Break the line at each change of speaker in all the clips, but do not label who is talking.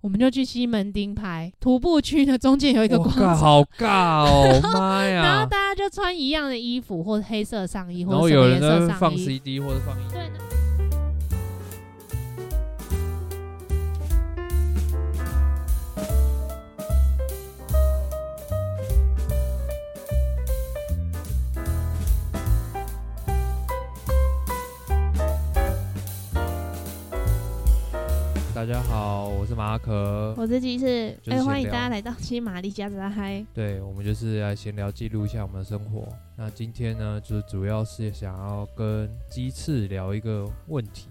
我们就去西门町拍徒步区呢，中间有一个
我
广
尬
场，
好尬哦，妈
然后
呀！
大家就穿一样的衣服，或者黑色上衣，
然
或
后
者什么
有
颜
人在那
色
边
上
放
衣。
CD 或者放音乐，
对，
大家好，我是马可。
我自己是
就是
哎、
闲
欢迎
聊
大家来到新玛丽家宅嗨。
对，我们就是来闲聊记录一下我们的生活。那今天呢，就是主要是想要跟鸡翅聊一个问题，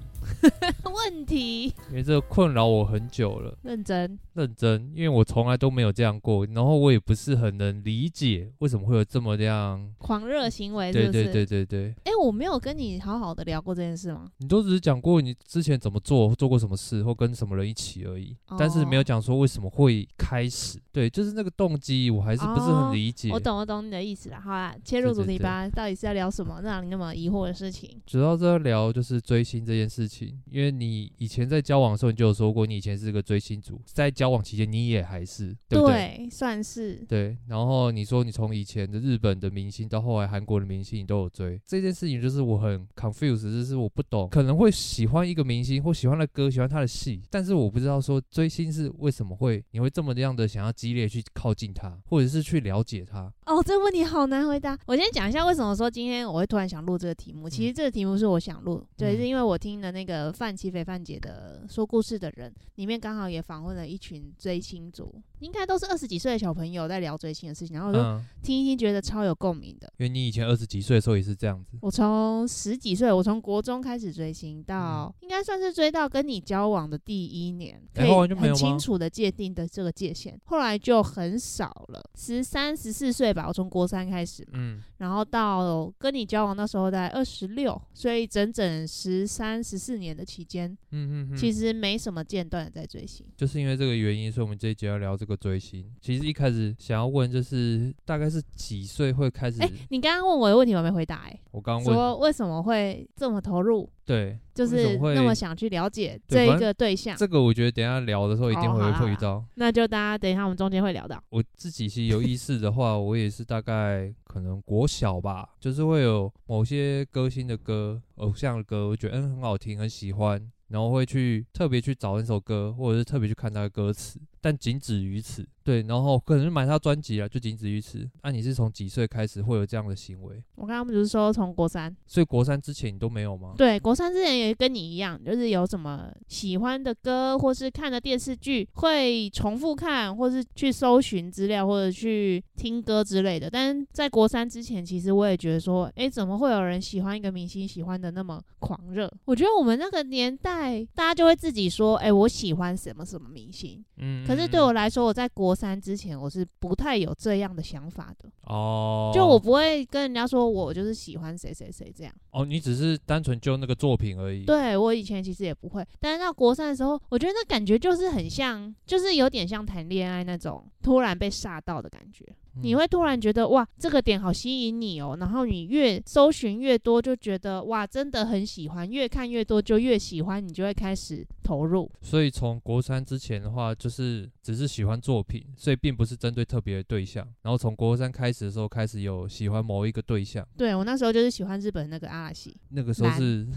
问题
因为这个困扰我很久了。
认真，
认真，因为我从来都没有这样过，然后我也不是很能理解为什么会有这么样。
狂热行为是
对
不是？
对对对对，
哎、我没有跟你好好的聊过这件事吗？
你都只是讲过你之前怎么做，做过什么事，或跟什么人一起而已，但是没有
哦
讲说为什么会开始。对，就是那个动机，我还是不是
哦
很理解。
我懂，我懂你的意思啦。好啦，切入
对
主
对
题
对
吧，到底是要聊什么让你那么疑惑的事情？
主要是要聊就是追星这件事情，因为你以前在交往的时候，你就有说过你以前是个追星族，在交往期间你也还是，对不对？
算是
对，然后你说你从以前的日本的明星到后来韩国的明星，你都有追这件事情，就是我很 confused，就是我不懂，可能会喜欢一个明星或喜欢他的歌，喜欢他的戏，但是我不知道说追星是为什么会你会这么样的想要激烈去靠近他，或者是去了解他。
哦，这个问题好难回答。我先讲一下为什么说今天我会突然想录这个题目。其实这个题目是我想录，对，
嗯
是因为我听了那个范琪斐范姐的说故事的人，里面刚好也访问了一群追星族，应该都是二十几岁的小朋友在聊追星的事情，然后我就
嗯，
听一听，觉得超有共鸣的。
因为你以前二十几岁的时候也是这样子。
我从十几岁，我从国中开始追星到，应该算是追到跟你交往的第一年，可
嗯哎后来
以
就没有
很
吗
清楚的界定的这个界限。后来就很少了，十三、十四岁吧，我从国三开始嘛，
嗯，
然后到跟你交往那时候在二十六，所以整整十三、十四年的期间，
嗯嗯嗯，
其实没什么间断的在追星。
就是因为这个原因，所以我们这一集要聊这个追星。其实一开始想要问，就是大概是几岁会开始？
哎、你刚刚问我的问题我没回答、哎，
我刚刚问，
说为什么会这么投入，
对，
就
为什
是
么会
那么想去了解这
对
一
反
个对象。
这个我觉得等一下聊的时候一定
哦
会
好啦
会遇到。
那就大家等一下，我们中间会聊到。
我自己其实有意识的话，我也是大概可能国小吧， 就是会有某些歌星的歌、偶像的歌，我觉得嗯很好听，很喜欢，然后会去特别去找那首歌，或者是特别去看他的歌词，但仅止于此。对，然后可能就买他专辑了，就仅止于此。那、你是从几岁开始会有这样的行为？
我刚刚不是说从国三，
所以国三之前你都没有吗？
对，国三之前也跟你一样，就是有什么喜欢的歌或是看的电视剧，会重复看，或是去搜寻资料，或者去听歌之类的。但在国三之前，其实我也觉得说，诶，怎么会有人喜欢一个明星喜欢的那么狂热？我觉得我们那个年代，大家就会自己说，诶，我喜欢什么什么明星。
嗯
可是对我来说，我在国三之前，我是不太有这样的想法的，
哦，
就我不会跟人家说我就是喜欢谁谁谁这样。
哦，你只是单纯就那个作品而已。
对我以前其实也不会，但是到国三的时候，我觉得那感觉就是很像，就是有点像谈恋爱那种突然被吓到的感觉。
嗯，
你会突然觉得哇，这个点好吸引你哦，然后你越搜寻越多，就觉得哇，真的很喜欢，越看越多就越喜欢，你就会开始投入。
所以从国三之前的话，就是只是喜欢作品，所以并不是针对特别的对象。然后从国三开始的时候，开始有喜欢某一个对象，
对我那时候就是喜欢日本那个阿拉西，
那个时候
男
是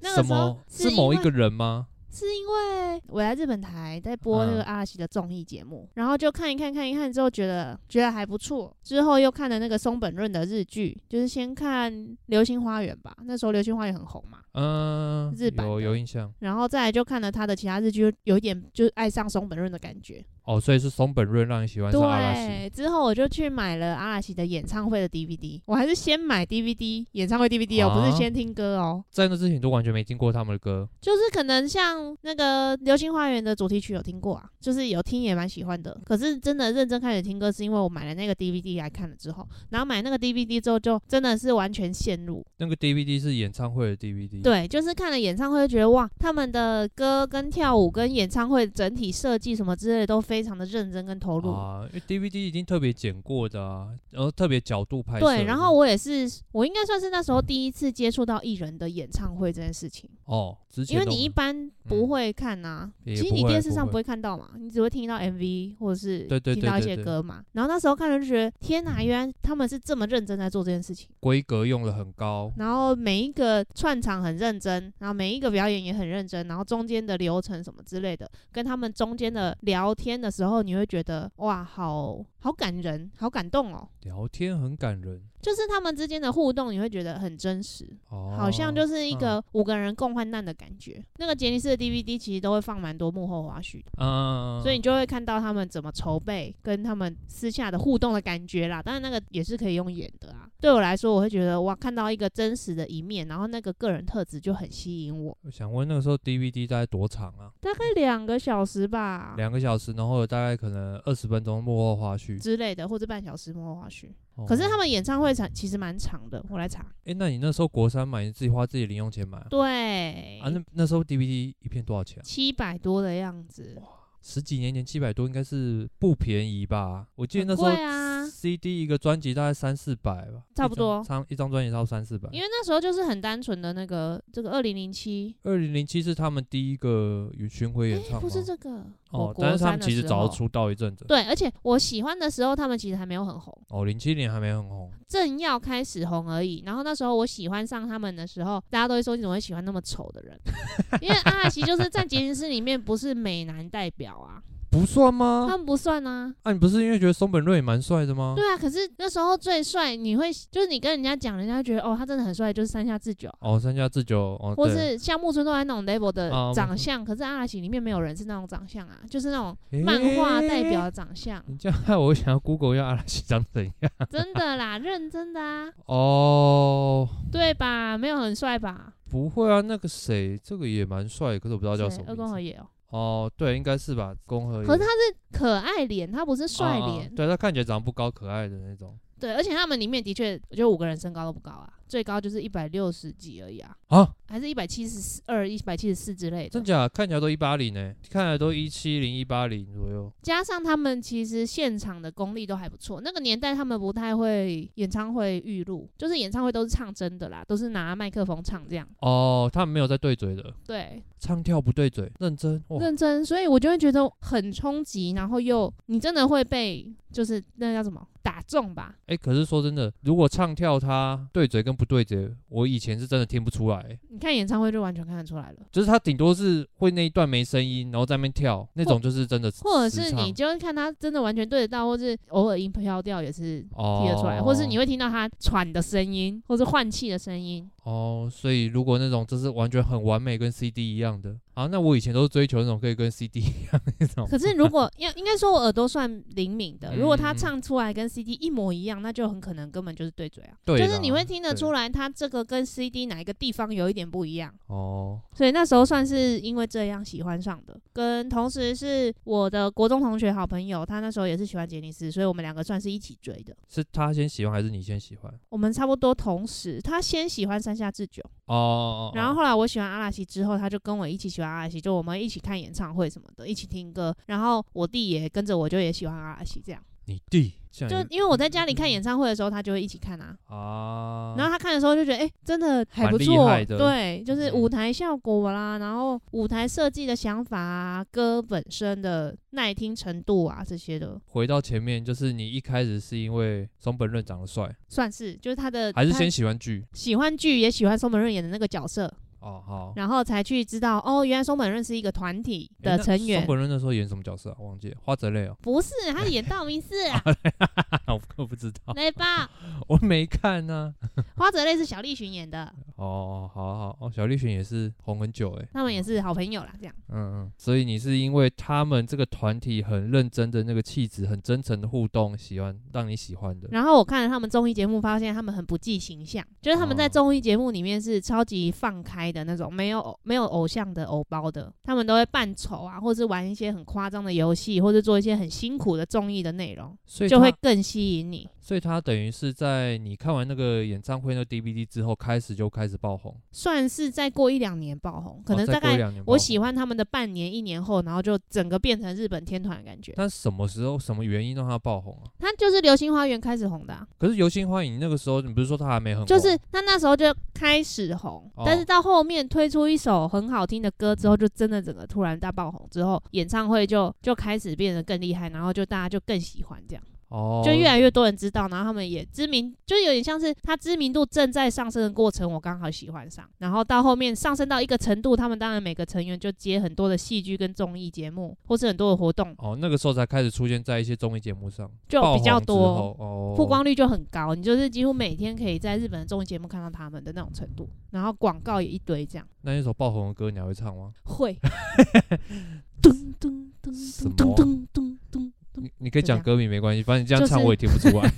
那
什
个时候
么？
是
是某一
因为
个人吗？
是因为我来日本台在播那个
嗯
阿拉西的综艺节目，然后就看一看看一看之后，觉得觉得还不错，之后又看了那个松本润的日剧，就是先看《流星花园》吧，那时候《流星花园》很红嘛，
嗯，
日版
有
的
有印象
然后再来就看了他的其他日剧，有一点就是爱上松本润的感觉。
哦，所以是松本润让你喜欢上阿拉西。
对，之后我就去买了阿拉西的演唱会的 DVD，我还是先买 DVD 演唱会 DVD 哦，不是
啊
先听歌哦。
在那之前都完全没听过他们的歌，
就是可能像那个《流星花园》的主题曲有听过啊，就是有听也蛮喜欢的。可是真的认真开始听歌，是因为我买了那个 DVD 来看了之后，然后买那个 DVD 之后，就真的是完全陷入。
那个 DVD 是演唱会的 DVD。，
对，就是看了演唱会，就觉得哇，他们的歌跟跳舞跟演唱会整体设计什么之类的都非常的认真跟投入。
啊，因为 DVD 一定特别剪过的啊，然后特别角度拍摄的。
对，然后我也是，我应该算是那时候第一次接触到艺人的演唱会这件事情。
哦，之前
因为
都嗯
你一般不会看呐、
也
其实
不
你
会
电视
不
上不
会
会看到嘛，你只会听到 MV 或者是
对对
听
对
到一
对
些
对嗯
歌嘛。然后那时候看了就觉得，天哪，原来他们是这么认真在做这件事情。
规格用的很高，
然后每一个串场很认真，然后每一个表演也很认真，然后中间的流程什么之类的，跟他们中间的聊天的时候，你会觉得哇，好好感人，好感动哦。
聊天很感人，
就是他们之间的互动，你会觉得很真实，
哦，
好像就是一
嗯
个五个人共患难的感觉。那个杰尼斯的 DVD 其实都会放蛮多幕后花絮的，
嗯，嗯
所以你就会看到他们怎么筹备，跟他们私下的互动的感觉啦。当然那个也是可以用演的啊。对我来说，我会觉得哇，看到一个真实的一面，然后那个个人特质就很吸引我。
我想问那个时候 DVD 大概多长啊？
大概两个小时吧
两个小时，然后有大概可能二十分钟幕后花絮。
之类的，或者半小时幕后花絮。
哦啊
可是他们演唱会场其实蛮长的，我来查。
诶，那你那时候国三买，你自己花自己零用钱买啊？
对，
啊，那那时候 DVD 一片多少钱啊？
七百多的样子。
十几年前七百多应该是不便宜吧？我记得那时
很贵啊
候 CD 一个专辑大概三四百吧，
差不多
一张一张专辑差不多三四百。
因为那时候就是很单纯的那个，这个二零零七，
二零零七是他们第一个与巡回演唱吗？
不是这个，我
哦，
国
但是他
三
们
的
其实
时
早
候
就出道一阵子。
对，而且我喜欢的时候，他们其实还没有很红，
哦，零七年还没很红，
正要开始红而已。然后那时候我喜欢上他们的时候，大家都会说你怎么会喜欢那么丑的人？ 因为阿拉奇就是在杰尼斯里面不是美男代表啊，
不算
他
吗？
们不算啊。
啊，你不是因为觉得松本瑞蛮帅的吗？
对啊，可是那时候最帅，你会就是你跟人家讲，人家觉得哦他真的很帅，就是山下智久。
哦，三下智久，哦，
或
对
是像木村拓哉那种 level 的
啊木
长
村
相，可是阿拉奇里面没有人是那种长相啊，就是那种
诶
漫画代表的长 相。
你这样害我想要 Google 一下阿拉西长怎样
真的啦，认真的啊，
哦。
对吧？没有很帅吧？
不会啊，那个谁，这个也蛮帅，可是我不知道叫
谁
什么
二宫和
名字。
也哦，
哦，对，应该是吧，宫和也。
可是他是可爱脸，他不是帅
啊啊
脸。
对他看起来长得不高，可爱的那种
对，而且他们里面的确，我觉得五个人身高都不高啊，最高就是一百六十几而已啊，
啊，
还是一百七十二、一百七十四之类的
真。假？看起来都一八零呢，看起来都一七零一八零左右。
加上他们其实现场的功力都还不错，那个年代他们不太会演唱会预录，就是演唱会都是唱真的啦，都是拿麦克风唱这样。
哦，他们没有在对嘴的，
对，
唱跳不对嘴，认真哇。
认真，所以我就会觉得很冲击，然后又你真的会被就是那叫什么打中吧？
哎、可是说真的，如果唱跳他对嘴跟不对嘴，我以前是真的听不出来，
你看演唱会就完全看得出来了，
就是他顶多是会那一段没声音，然后在那边跳那种，就是真的实唱。
或者是你就会看他真的完全对得到，或是偶尔音飘掉也是
哦
听得出来，或是你会听到他喘的声音，或是换气的声音。
哦，所以如果那种就是完全很完美，跟 CD 一样的啊，那我以前都是追求那种可以跟 CD 一样那种。
可是如果要应该说，我耳朵算灵敏的，
嗯
如果他唱出来跟 CD 一模一样，那就很可能根本就是对嘴啊，
对啦，
就是你会听得
对
出来他这个跟 CD 哪一个地方有一点不一样。
哦，
所以那时候算是因为这样喜欢上的，跟同时是我的国中同学好朋友，他那时候也是喜欢杰尼斯，所以我们两个算是一起追的。
是他先喜欢还是你先喜欢？
我们差不多同时，他先喜欢山下智久，
哦哦，哦
然后后来我喜欢阿拉西之后，他就跟我一起喜欢阿拉西，就我们一起看演唱会什么的，一起听歌。然后我弟也跟着我，就也喜欢阿拉西，这样。
你弟这
就
样
因为我在家里看演唱会的时候，他就会一起看啊。
啊，
然后他看的时候就觉得，哎、真的还不
蛮厉
错，
害的嗯
对，就是舞台效果啦，然后舞台设计的想法啊，歌本身的耐听程度啊，这些的，
回到前面，就是你一开始是因为松本润长得帅，
算是就是他的
还是
呃他
先喜欢剧？
喜欢剧，也喜欢松本润演的那个角色，
哦，好。
然后才去知道哦，原来松本润是一个团体
诶
的
那
成员
松，本润那时候演什么角色啊？我忘记了，花泽类哦，
不是他演道明寺啊，
我我不知 道，
来吧，
我没看啊呢、
花泽类是小栗旬演的，
哦，好好哦，小栗旬也是红很久诶。
他们也是好朋友啦，这样。
嗯，嗯，所以你是因为他们这个团体很认真的那个气质，很真诚的互动，喜欢让你喜欢的。
然后我看了他们综艺节目，发现他们很不计形象，就是他们在
哦
综艺节目里面是超级放开的那种，没有偶没有偶像的偶包的，他们都会扮丑啊，或是玩一些很夸张的游戏，或是做一些很辛苦的综艺的内容，
所以
就
他
会更吸引你。
所以他等于是在你看完那个演唱会那 DVD 之后，开始就开始爆红，
算是再过一两年爆红，可
哦
能
再
大
过一
概
两年爆
我
红
喜欢他们的半年、一年后，然后就整个变成日本天团的感 觉。
但什么时候、什么原因让他爆红啊？
他就是《流星花园》开始红的啊、
可是《游心欢迎》那个时候，你不是说他还没很红？
就是他那时候就开始红，
哦
但是到后面推出一首很好听的歌之后，就真的整个突然大爆红，之后演唱会就就开始变得更厉害，然后就大家就更喜欢这样，
哦，
就越来越多人知道，然后他们也知名，就有点像是他知名度正在上升的过程，我刚好喜欢上，然后到后面上升到一个程度，他们当然每个成员就接很多的戏剧跟综艺节目，或是很多的活动，
哦，那个时候才开始出现在一些综艺节目上，
就
爆
比较
红之
多
后。哦，
曝光率就很高，你就是几乎每天可以在日本的综艺节目看到他们的那种程度，然后广告也一堆这样。
那一首爆红的歌，你还会唱吗？
会，咚咚咚
什么
咚咚咚咚
你你可以
就这
讲
样
歌名没关系，反正你这样
就是
唱我也听不出 来。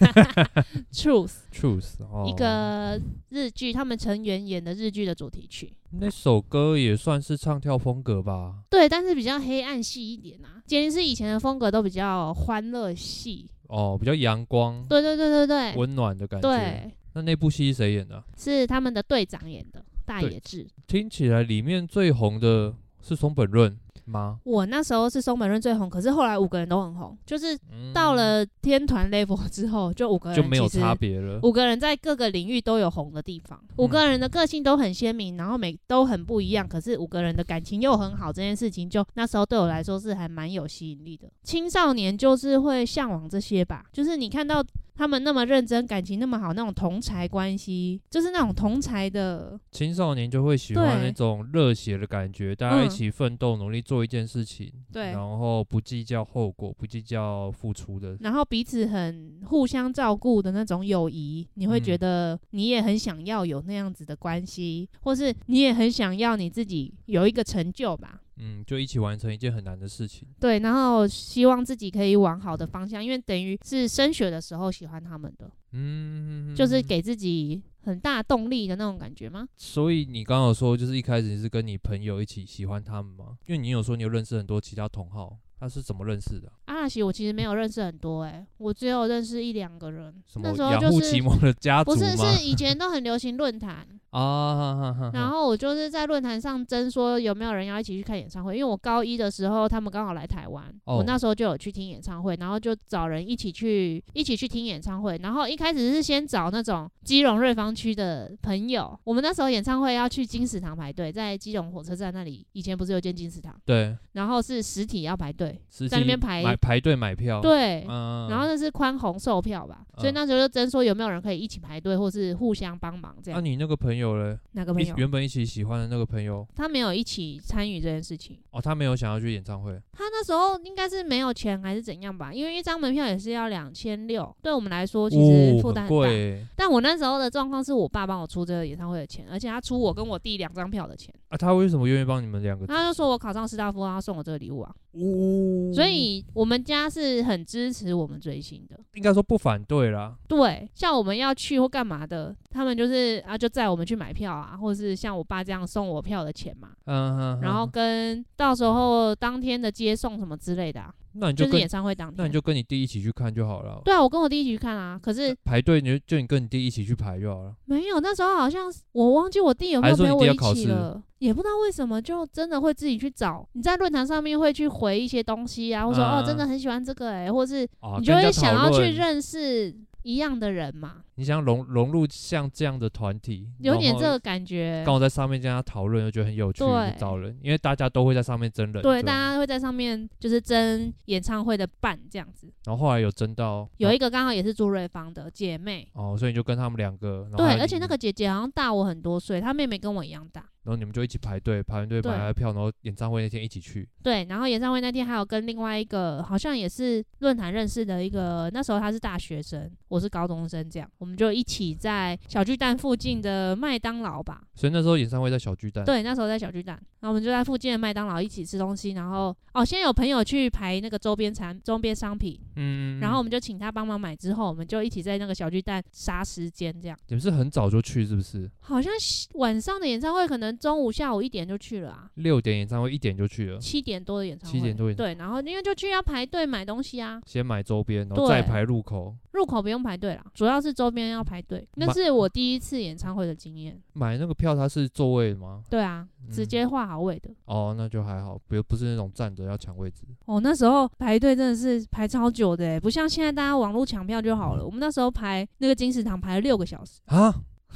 ，Truth，
Truth，哦，
一个日剧，他们成员演的日剧的主题曲。
那首歌也算是唱跳风格吧。
对，但是比较黑暗系一点啊。杰尼斯以前的风格都比较欢乐系，
哦，比较阳光、
对对对对对，
温暖的感觉。，
对，
那那部戏是谁演的啊？
是他们的队长演的大
对
野智。
听起来里面最红的是松本润吗？
我那时候是松本润最红，可是后来五个人都很红，就是
嗯
到了天团 level 之后，就五个人
就没有
其实
差别了。嗯
五个人在各个领域都有红的地方，五个人的个性都很鲜明，然后每都很不一样，可是五个人的感情又很好，这件事情就那时候对我来说是还蛮有吸引力的。青少年就是会向往这些吧，就是你看到。他们那么认真，感情那么好，那种同才关系，就是那种同才的，
青少年就会喜欢
对
那种热血的感觉，大家一
嗯
起奋斗，努力做一件事情，
对
然后不计较后果，不计较付出的。
然后彼此很互相照顾的那种友谊，你会觉
嗯
得你也很想要有那样子的关系，或是你也很想要你自己有一个成就吧。
嗯，就一起完成一件很难的事情。
对，然后希望自己可以往好的方向，因为等于是升学的时候喜欢他们的，
嗯，
就是。给自己很大动力的那种感觉吗？
所以你刚好说，就是一开始你是跟你朋友一起喜欢他们吗？因为你有说你有认识很多其他同好，他是怎么认识的啊？
阿拉西我其实没有认识很多、欸，我只有认识一两个人
什，么
那时候
雅
就
虎
是
奇摩的家族
不是
吗？
是以前都很流行论坛，
啊，哈哈哈哈
然后我就是在论坛上征说有没有人要一起去看演唱会，因为我高一的时候他们刚好来台湾，
哦
我那时候就有去听演唱会，然后就找人一起去一起去听演唱会，然后一开始是先找那种基隆瑞芳区的朋友，我们那时候演唱会要去金石堂排队，在基隆火车站那里，以前不是有间金石堂，
对，
然后是实体要排队，
实
在那
际
边排
买排队买票，，
对。
嗯，
然后那是宽宏售票吧，所以
嗯
那时候就征说有没有人可以一起排队，或是互相帮忙这
那、
样。
你那个朋友嘞？
哪个朋
一
友？
啊原本一起喜欢的那个朋友，
他没有一起参与这件事情。
哦，他没有想要去演唱会，
他那时候应该是没有钱还是怎样吧，因为一张门票也是要两千六，对我们来说其实负
哦
担很大。
很贵耶
但我那时候的状况是我爸帮我出这个演唱会的钱，而且他出我跟我弟两张票的钱，
啊！他为什么愿意帮你们两个？
他就说我考上师大附中，他送我这个礼物啊，
哦
所以我们家是很支持我们追星的。
应该说不反对啦。
对，像我们要去或干嘛的，他们就是啊就载我们去买票啊，或是像我爸这样送我票的钱嘛，
嗯哼，
然后
哼
跟到时候当天的接送什么之类的、啊，
那你
就
就
是
跟
演唱会当天。
那你就跟你弟一起去看就好了。
对啊，我跟我弟一起去看啊，可是
排队你就就你跟你弟一起去排就好了。
没有，那时候好像是我忘记我弟有没
还
有
是说
陪
你
我
弟要
一
考
起
试
了，也不知道为什么，就真的会自己去找。你在论坛上面会去回一些东西啊，或说、
啊
哦，真的很喜欢这个哎、或是
啊，
你
跟
就会
人家
想
讨
要去
论，
认识一样的人嘛，
你想融融入像这样的团体，
有点
然后
这个感觉
刚。好在上面跟大家讨论，就觉得很有趣，
对
就找人，因为大家都会在上面争人，
对，
这样
大家会在上面就是争演唱会的伴这样子。
然后后来有争到
有
然
一个刚好也是朱瑞芳的姐妹，
后哦，所以你就跟他们两个，然后还
对，
有
而且
你
那个姐姐好像大我很多岁，她妹妹跟我一样大。
然后你们就一起排队，排完队
对
买完票，然后演唱会那天一起去。
对，然后演唱会那天还有跟另外一个好像也是论坛认识的一个，那时候他是大学生，我是高中生，这样我们就一起在小巨蛋附近的麦当劳吧。
所以那时候演唱会在小巨蛋，
对，那时候在小巨蛋，然后我们就在附近的麦当劳一起吃东西，然后哦，先有朋友去排那个周边产周边商品，
嗯，
然后我们就请他帮忙买，之后我们就一起在那个小巨蛋杀时间，这样
你们是很早就去是不是？
好像是晚上的演唱会可能们中午下午一点就去了啊，
六点演唱会一点就去了，
七点多的演唱会，
7点多演
对，然后因为就去要排队买东西啊，
先买周边，然后再
对
排入口。
入口不用排队啦，主要是周边要排队，那
买
是我第一次演唱会的经验。
买那个票它是座位吗？
对啊，直
嗯
接画好位的。
哦，那就还好，不不是那种站着要抢位置。
哦，那时候排队真的是排超久的欸，不像现在大家网络抢票就好了。我们那时候排那个金石堂排了六个小时，
啊？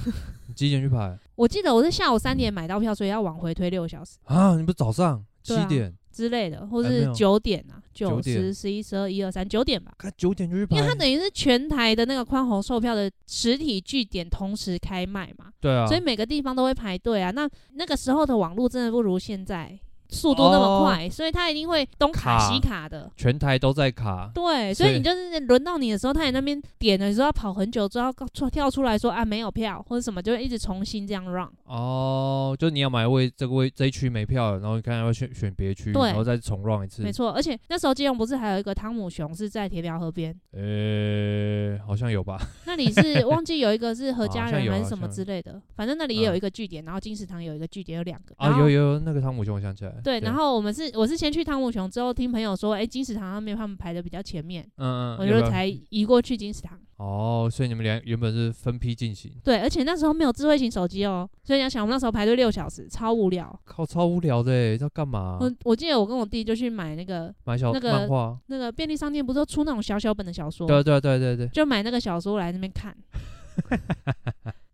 你几点去排？
我记得我是下午三点买到票，所以要往回推六个小时
啊，你不是早上七
对啊
点？
之类的，或
哎没
是
有
九点啊，九
9点
十、十一、十二、一二三，九点吧。
看九点就去排
因为？它等于是全台的那个宽宏售票的实体据点同时开卖嘛，
对啊，
所以每个地方都会排队啊。那那个时候的网络真的不如现在速度那么
哦
快，所以它一定会东卡
卡
西卡的。
全台都在卡。
对，所
所
以
以
你就是轮到你的时候，他也那边点了，你说要跑很久之后跳跳出来说啊没有票或者什么，就会一直重新这样 run。
哦，就你要买位这个位这一区没票了，然后你看要选选别区，
对
然后再重 run 一次。
没错，而且那时候基隆不是还有一个汤姆熊是在铁寮河边，
呃、好像有吧？
那里是忘记有一个是何家
好像
人
有
还是什么
好像有
之类的，反正那里也有一个据点，然后金石堂有一个据点，有两个。然
啊，
后
有有有，那个汤姆熊我想起来。
对，然后我们是我是先去汤姆熊，之后听朋友说，哎、金石堂他们他们排的比较前面，
嗯嗯，
我
要不
就
要
才移过去金石堂。
哦，所以你们俩原本是分批进行，
对，而且那时候没有智慧型手机哦，所以你要想，我们那时候排队六小时，超无聊。
靠，超无聊的欸，要干嘛？
我我记得我跟我弟就去买那个
买小
那个
漫画？
那个便利商店，不是都出那种小小本的小说，
对啊对啊对啊对啊对啊，
就买那个小说来那边看。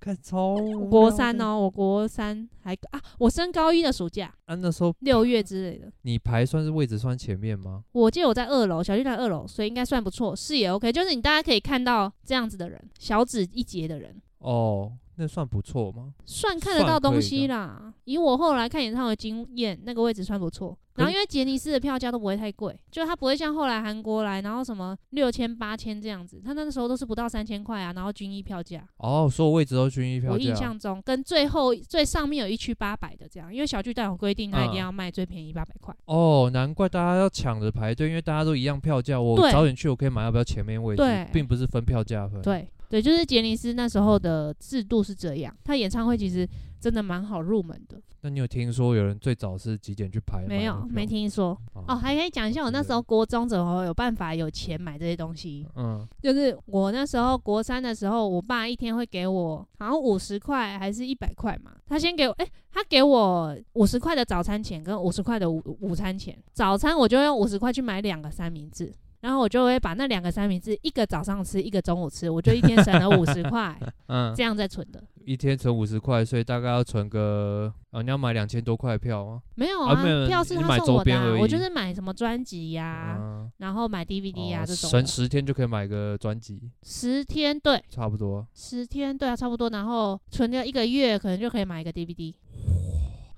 看超无
国
聊
三
的
哦，我国三还啊，我升高一的暑假，
啊，那时候
六月之类的。
你排算是位置算前面吗？
我记得我在二楼，小巨蛋二楼，所以应该算不错，视野 OK，就是你大家可以看到这样子的人，小指一节的人，
哦，那算不错吗？
算看得到东西啦。以我后来看演唱会的经验，那个位置算不错。然后因为杰尼斯的票价都不会太贵，就它不会像后来韩国来，然后什么六千八千这样子，它那个时候都是不到三千块啊，然后军医票价。
哦，所有位置都均一票
我印
价
象中跟最后最上面有一区八百的这样，因为小巨蛋有规定，它一定
嗯
要卖最便宜八百块。
哦，难怪大家要抢着排队，因为大家都一样票价。我
对
早点去，我可以买到比较前面位置
对，
并不是分票价分。，
对对，就是杰尼斯那时候的制度是这样，他演唱会其实真的蛮好入门的。
那你有听说有人最早是几点去排？
没有，没。听说哦，
哦，
还可以讲一下我那时候国中怎么有办法有钱买这些东西。
嗯，
就是我那时候国三的时候，我爸一天会给我好像五十块还是一百块嘛，他先给我，哎、他给我五十块的早餐钱跟五十块的午午餐钱，早餐我就用五十块去买两个三明治。然后我就会把那两个三明治，一个早上吃，一个中午吃，我就一天省了五十块，
嗯，
这样在存的。
一天存五十块，所以大概要存个啊，你要买两千多块的票吗？
没有
啊没有
票是
你
他
买
送我
周
的、
边
啊
而，已
我就是买什么专辑呀、
啊，
然后买 DVD 啊、
哦
这种
省
的。
十天就可以买个专辑，
十天对，
差不多。
十天，对啊，差不多。然后存掉一个月，可能就可以买一个 DVD。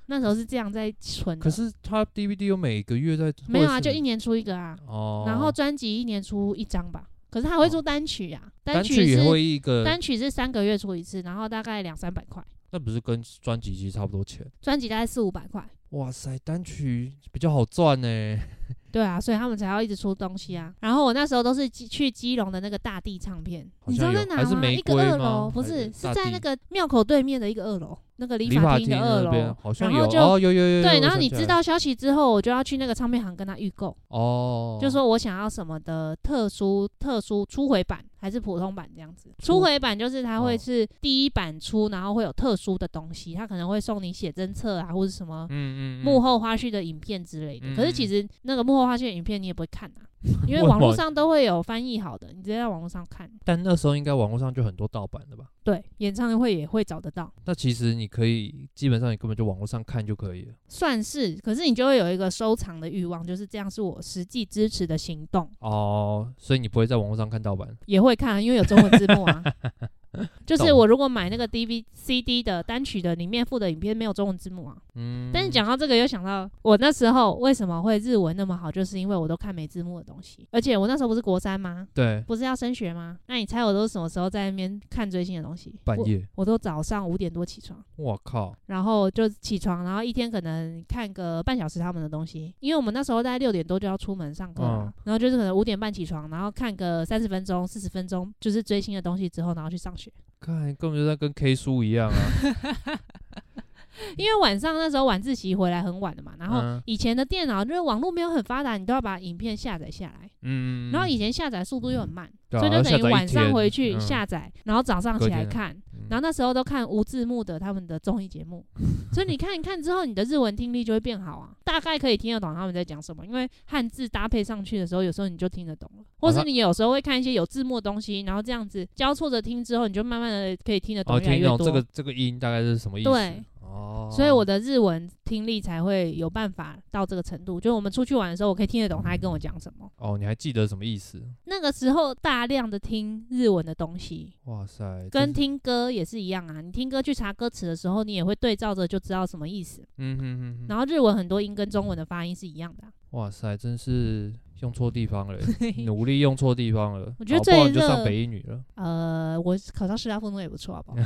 那时候是这样在存的，
可是他 DVD 有每个月在
嗯没有啊，
或
就
者是
一年出一个啊，
哦，
然后专辑一年出一张吧。可是他会出单曲啊，
单
曲
也
是
会一个，
单曲是三个月出一次，然后大概两三百块，
那不是跟专辑其实差不多钱？
专辑大概四五百块。
哇塞，单曲比较好赚呢。
对啊，所以他们才要一直出东西啊。然后我那时候都是基去基隆的那个大地唱片，
好像有
你知道在哪
还是
吗？
玫
一个
瑰
二
吗
楼，不
还
是
是
是
大
在
地
那个庙口对面的一个二楼，那个理
理发
厅的二
那边
楼。
好像
然后
有
就
哦，有有有有。
对，
我
然后
想
你
起来
知道消息之后，我就要去那个唱片行跟他预购，
哦，
就说我想要什么的特殊、特殊初回版还是普通版这样子。
初
初回版就是它会
哦
是第一版出，然后会有特殊的东西，它可能会送你写真册啊，或者什么
嗯嗯嗯
幕后花絮的影片之类的。可是其
嗯嗯
实那个幕后花絮的影片你也不会看 啊，因为
为
网
什
络
么
上都会有翻译好的，你直接在网络上看。
但那时候应该网络上就很多盗版的吧？
对，演唱会也会找得到，
那其实你可以，基本上你根本就网络上看就可以了。
算是。可是你就会有一个收藏的欲望，就是这样是我实际支持的行动。
哦，所以你不会在网络上看盗版。
也会看，因为有中文字幕 啊。就是
懂
我如果买那个 D V C D 的单曲的里面附的影片没有中文字幕啊，
嗯，
但是讲到这个又想到我那时候为什么会日文那么好，就是因为我都看没字幕的东西，而且我那时候不是国三吗？
对
不是要升学吗？那你猜我都是什么时候在那边看追星的东西？
半
我
夜，
我都早上五点多起床，
我靠，
然后就起床，然后一天可能看个半小时他们的东西，因为我们那时候大概六点多就要出门上课了，
嗯
然后就是可能五点半起床，然后看个三十分钟、四十分钟，就是追星的东西之后，然后去上学。
看根本就在跟 K 书一样啊。
因为晚上那时候晚自习回来很晚的嘛，然后
嗯
以前的电脑就是网络没有很发达，你都要把影片下载下来，
嗯，
然后以前下载速度又很慢，
对啊
所以就等于晚上回
要
去
下
下载，然后早上起来
嗯隔天啊
看，
嗯
然后那时候都看无字幕的他们的综艺节 目，所以你看一看之后，你的日文听力就会变好啊，大概可以听得懂他们在讲什么，因为汉字搭配上去的时候，有时候你就听得懂了，或是
它
你有时候会看一些有字幕的东西，然后这样子交错着听之后，你就慢慢的可以听得懂
哦，
越来
听
越
懂
多。
这个这个音大概是什么意思？
对，
哦，
所以我的日文听力才会有办法到这个程度，就是我们出去玩的时候，我可以听得懂他在跟我讲什么。
哦，你还记得什么意思？
那个时候大量的听日文的东西，
哇塞，
跟
这是
听歌也是一样啊，你听歌去查歌词的时候，你也会对照着就知道什么意思。
嗯哼哼哼，
然后日文很多音跟中文的发音是一样的啊、
哇塞，真是用错地 方了，努力用错地方了。
我觉得这
搞不好
一
你就上
个
北一女了。
呃，我考上师大附中也不错，好不 好？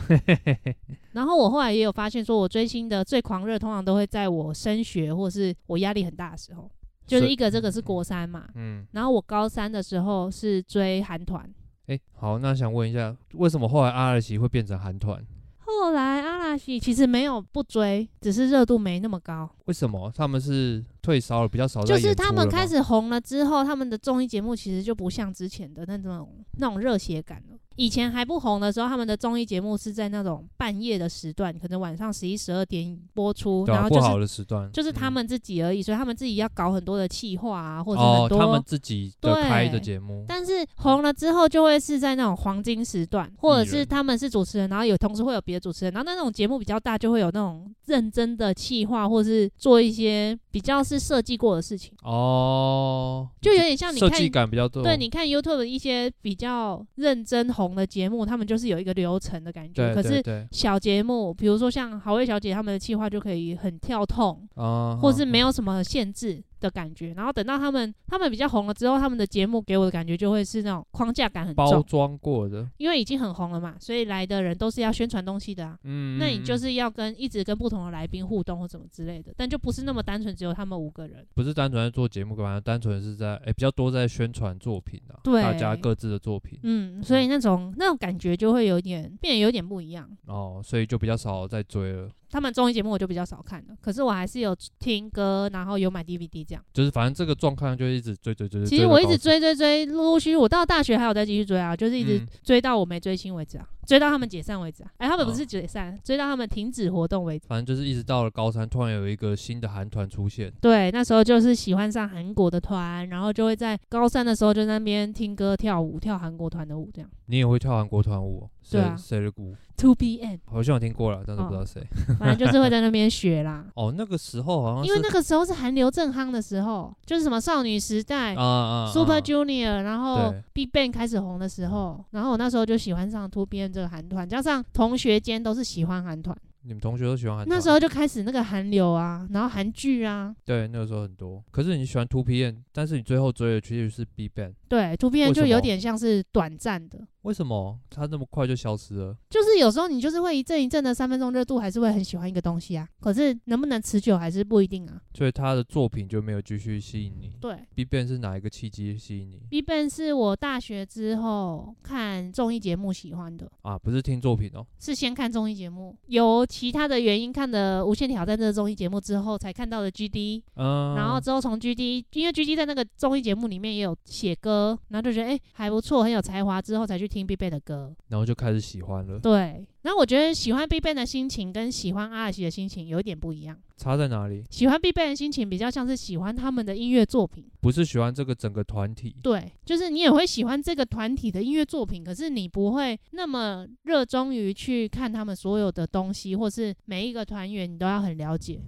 然后我后来也有发现，说我追星的最狂热，通常都会在我升学或是我压力很大的时候，就是
所以
一个这个是国三嘛，
嗯，
然后我高三的时候是追韩团，
哎、好，那想问一下，为什么后来阿尔奇会变成韩团？
后来阿拉西其实没有不追，只是热度没那么高。
为什么他们是退烧了，比较少在
就
演出
是他们
了吗
开始红了之后，他们的综艺节目其实就不像之前的那种那种热血感了。以前还不红的时候，他们的综艺节目是在那种半夜的时段，可能晚上十一、十二点播出，
对、
然
啊、
后
不
就
好
是
的时段，
就是他
嗯、
们自己而已，所以他们自己要搞很多的企划啊，或者
哦
很，
他们
多。
自己的开的
对
节目，
但是红了之后，就会是在那种黄金时段，或者
艺
是
人
他们是主持人，然后有同时会有别的主持人，然后那种节目比较大，就会有那种认真的企划，或是做一些比较是设计过的事情。
哦，
就有点像你
设
看
计感比较多，
对，你看 YouTube 的一些比较认真红的节目，他们就是有一个流程的感觉。
对
可
对
是
对
小节目，比如说像好味小姐他们的计划就可以很跳痛，
啊，
或是
嗯
没有什么限制的感觉。然后等到他们他们比较红了之后，他们的节目给我的感觉就会是那种框架感很
包
重，
装过的，
因为已经很红了嘛，所以来的人都是要宣传东西的啊。
嗯，
那你
嗯
就
嗯
是要跟一直跟不同的来宾互动或怎么之类的，但就不是那么单纯只有他们五个人。
不是单纯在做节目干嘛，单纯是在诶、比较多在宣传作品啊，
对
大家各自的作品、
嗯，所以那种那种感觉就会有点变得有点不一样。
哦，所以就比较少在追了。
他们综艺节目我就比较少看了，可是我还是有听歌，然后有买 DVD 这样。
就是反正这个状况就一直追追追追，
其实我一直
追到
追追追，陆陆续续我到大学还有再继续追啊，就是一直
嗯
追到我没追清为止啊，追到他们解散为止啊。哎，他们
哦
不是解散，追到他们停止活动为止。啊
高，反正就是一直到了高三，突然有一个新的韩团出现，
对，那时候就是喜欢上韩国的团，然后就会在高三的时候就在那边听歌跳舞，跳韩国团的舞这样。
你也会跳韩国团舞、哦，
对啊嗯
谁谁的鼓？
Two PM，
好像有听过了，但是不知道谁。。
反正就是会在那边学啦
哦，那个时候好像
因为
是
那个时候是韩流正夯的时候，就是什么少女时代、
啊啊啊
Super Junior，然后
对
Big Bang 开始红的时候，然后我那时候就喜欢上 Two PM 这个韩团，加上同学间都是喜欢韩团，
你们同学都喜欢韩团，
那时候就开始那个韩流啊，然后韩剧啊，
对那个时候很多。可是你喜欢 Two PM，但是你最后追的其实是 B Ban，
对 Two PM
为什
就
么
有点像是短暂的，
为什么他那么快就消失了？
就是有时候你就是会一阵一阵的三分钟热度，还是会很喜欢一个东西啊，可是能不能持久还是不一定啊。
所以他的作品就没有继续吸引你。
对
B Ban 是哪一个契机吸引你
，Big Bang 是我大学之后看综艺节目喜欢的。
啊？不是听作品哦，
是先看综艺节目，由其他的原因看的《无限挑战》这个综艺节目之后，才看到的 GD，
嗯，
然后之后从 GD，因为 GD 在那个综艺节目里面也有写歌，然后就觉得哎、诶还不错，很有才华，之后才去听 BigBang 的歌。
然后就开始喜欢了，
对，然后我觉得喜欢 BigBang 的心情跟喜欢阿拉西的心情有一点不一样。
差在哪里？
喜欢 BigBang 的心情比较像是喜欢他们的音乐作品，
不是喜欢这个整个团体，
对，就是你也会喜欢这个团体的音乐作品，可是你不会那么热衷于去看他们所有的东西，或是每一个团员你都要很了解。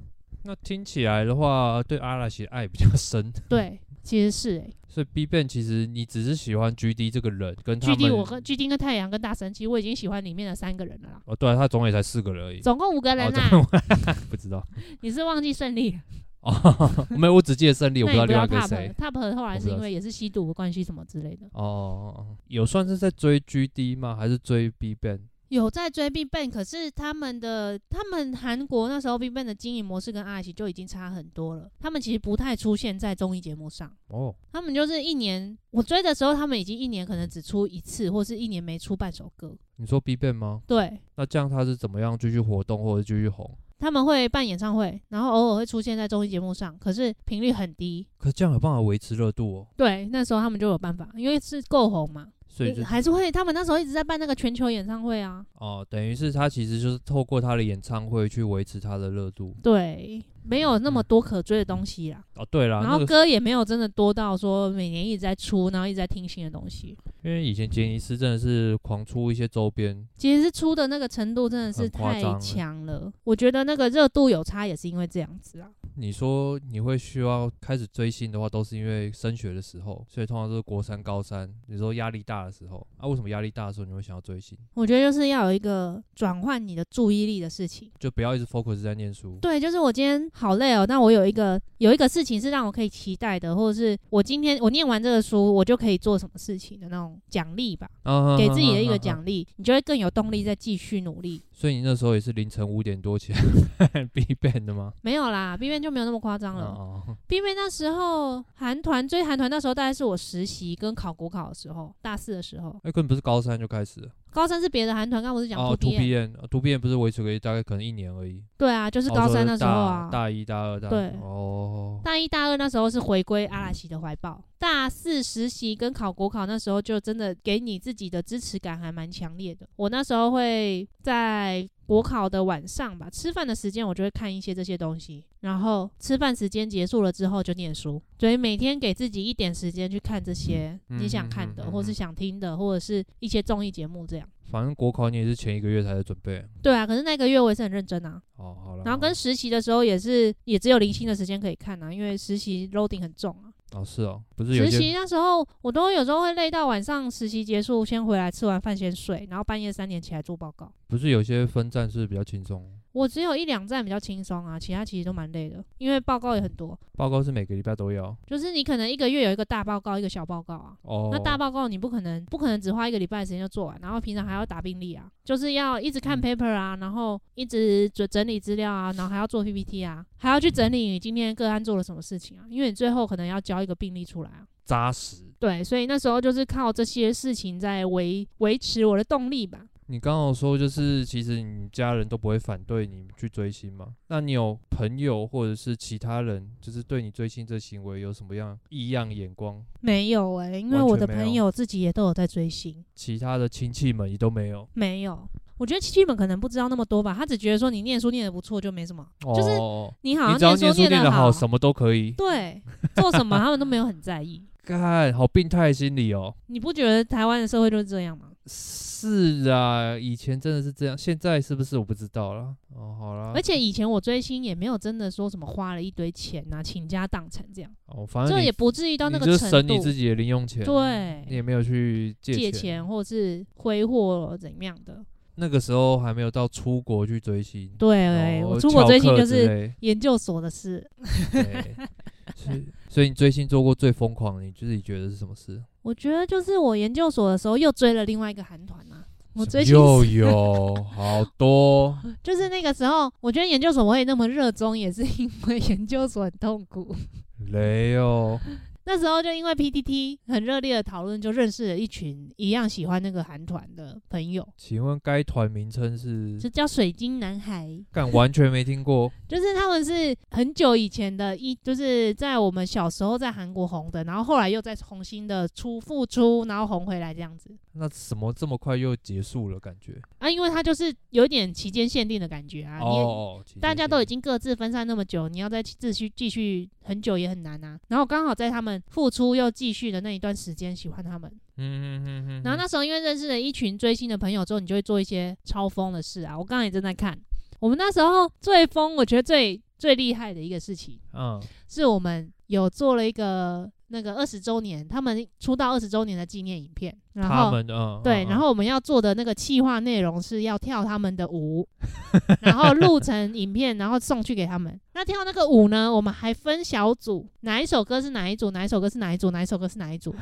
那听起来的话，对阿拉西的爱比较深。
对，其实是诶、欸
所以 B Ban 其实你只是喜欢 G D 这个人，跟他
G D
们
我跟 G D 跟太阳跟大神，其实我已经喜欢里面的三个人了啦，
哦，对、啊，他总也才四个人而已。
总共五个人
哦，
啦。
总
啊
不知道
你是忘记胜利了，
哦，没 有，我只记得胜利，我
那
不知
你不
道另外
要
一个
Top
谁。
Top 后来是因
我不知道
为也是吸毒的关系什么之类的，
哦哦，哦有算是在追 G D 吗？还是追 B Ban？
有在追 Big Bang，可是他们的他们韩国那时候 Big Bang 的经营模式跟 R 就已经差很多了，他们其实不太出现在综艺节目上。
哦，
他们就是一年，我追的时候，他们已经一年可能只出一次，或是一年没出半首歌。
你说 B Ban 吗？
对，
那这样他是怎么样继续活动或者继续红？
他们会办演唱会，然后偶尔会出现在综艺节目上，可是频率很低。
可这样有办法维持热度哦。
对，那时候他们就有办法，因为是够红嘛，
所以就
还是会。他们那时候一直在办那个全球演唱会啊。
哦，等于是他其实就是透过他的演唱会去维持他的热度。
对，没有那么多可追的东西啦，
哦，对啦，
然
嗯那
后
个
歌也没有真的多到说每年一直在出，然后一直在听新的东西。
因为以前杰尼斯真的是狂出一些周边，
其实出的那个程度真的是
很夸
太
张了
强了，我觉得那个热度有差也是因为这样子啊。
你说你会需要开始追星的话，都是因为升学的时候，所以通常都是国三、高三，你说压力大的时候啊，为什么压力大的时候你会想要追星？
我觉得就是要有一个转换你的注意力的事情。
就不要一直 focus 在念书。
对，就是我今天好累哦，那我有一个有一个事情是让我可以期待的，或者是我今天我念完这个书，我就可以做什么事情的那种奖励吧，
啊
给自己的一个。
哈哈哈哈
奖励，你就会更有动力再继续努力。
所以你那时候也是凌晨五点多起来 B band 的吗？
没有啦，B 面就没有那么夸张了。
哦，
B 面那时候韩团追韩团，那时候大概是我实习跟考国考的时候，大四的时候，
那哎根本不是高三就开始了。哦
高三是别的韩团，刚不是讲 T
Two
B，、
P N Two P N 不是维持个大概可能一年而已。
对啊，就是
哦
高
就
三那时候啊，
大大一、大二、大
对
哦，
大一、大二那时候是回归阿拉西的怀抱，大四实习跟考国考那时候就真的给你自己的支持感还蛮强烈的。我那时候会在国考的晚上吧，吃饭的时间我就会看一些这些东西，然后吃饭时间结束了之后就念书，所以每天给自己一点时间去看这些
嗯
你想看的，
嗯嗯嗯
或是想听的，或者是一些综艺节目这样。
反正国考你也是前一个月才在准备。
对啊，可是那个月我也是很认真啊，
哦，好了。
然后跟实习的时候也是也只有零星的时间可以看啊，因为实习 loading 很重啊。
哦是哦，不是有一
实
些
习那时候，我都有时候会累到晚上，实习结束先回来吃完饭先睡，然后半夜三点起来做报告。
不是有些分站是比较轻松，
我只有一两站比较轻松啊，其他其实都蛮累的，因为报告也很多，
报告是每个礼拜都要。
就是你可能一个月有一个大报告，一个小报告啊。
哦，
那大报告你不可能不可能只花一个礼拜的时间就做完，然后平常还要打病历啊，就是要一直看
嗯
paper 啊，然后一直整整理资料啊，然后还要做 PPT 啊，还要去整理你今天个案做了什么事情啊，因为你最后可能要交一个病例出来啊。
扎实。
对，所以那时候就是靠这些事情在维维持我的动力吧。
你刚好说就是，其实你家人都不会反对你去追星嘛？那你有朋友或者是其他人，就是对你追星这行为有什么样异样眼光？
没有诶、因为
完全
我的
没有
朋友自己也都有在追星，
其他的亲戚们也都没有，
没有。我觉得亲戚们可能不知道那么多吧，他只觉得说你念书念得不错就没什么，就是
哦、
你好
你只要
像
念
书
书念
得
得好，
好
什么都可以。
对，做什么他们都没有很在意。
干，好病态的心理哦。
你不觉得台湾的社会就是这样吗？
是啊，以前真的是这样，现在是不是我不知道了。哦，好啦，
而且以前我追星也没有真的说什么花了一堆钱呐、倾家荡产这样，
哦，反正
这
你
也不至于到那
你
个
就是
程
省
度
你。自己的零用钱，，你也
对，
没有去借
借钱或是挥霍怎样的？
那个时候还没有到出国去追星。
对，
哦
我出国追星就
翘课之
是
类
研究所的事。
对，所以 所以你追星做过最疯狂的，你自己觉得是什么事？
我觉得就是我研究所的时候又追了另外一个韩团啊。我追星
又
是
有好多，
就是那个时候，我觉得研究所我也那么热衷，也是因为研究所很痛苦。
雷哦，
那时候就因为 PTT 很热烈的讨论，就认识了一群一样喜欢那个韩团的朋友，
请问该团名称是
就？叫水晶男孩。
干完全没听过，
就是他们是很久以前的一，就是在我们小时候在韩国红的，然后后来又再重新的出复出，然后红回来这样子。
那怎么这么快又结束了？感觉
啊，因为它就是有点期间限定的感觉啊，你也
哦，其实
大家
是
都已经各自分散那么久，你要再继续继续很久也很难啊。然后刚好在他们付出又继续的那一段时间喜欢他们，
嗯嗯嗯嗯，
然后那时候因为认识了一群追星的朋友之后，你就会做一些超疯的事啊。我刚刚也正在看，我们那时候最疯，我觉得最最厉害的一个事情，
嗯
是我们有做了一个那个二十周年，他们出道二十周年的纪念影片，然
他
后
们嗯
对，
嗯
然后我们要做的那个企划内容是要跳他们的舞， 然后录成影片，然后送去给他们。那跳那个舞呢，我们还分小组，哪一首歌是哪一组，哪一首歌是哪一组，哪一首歌是哪一 组。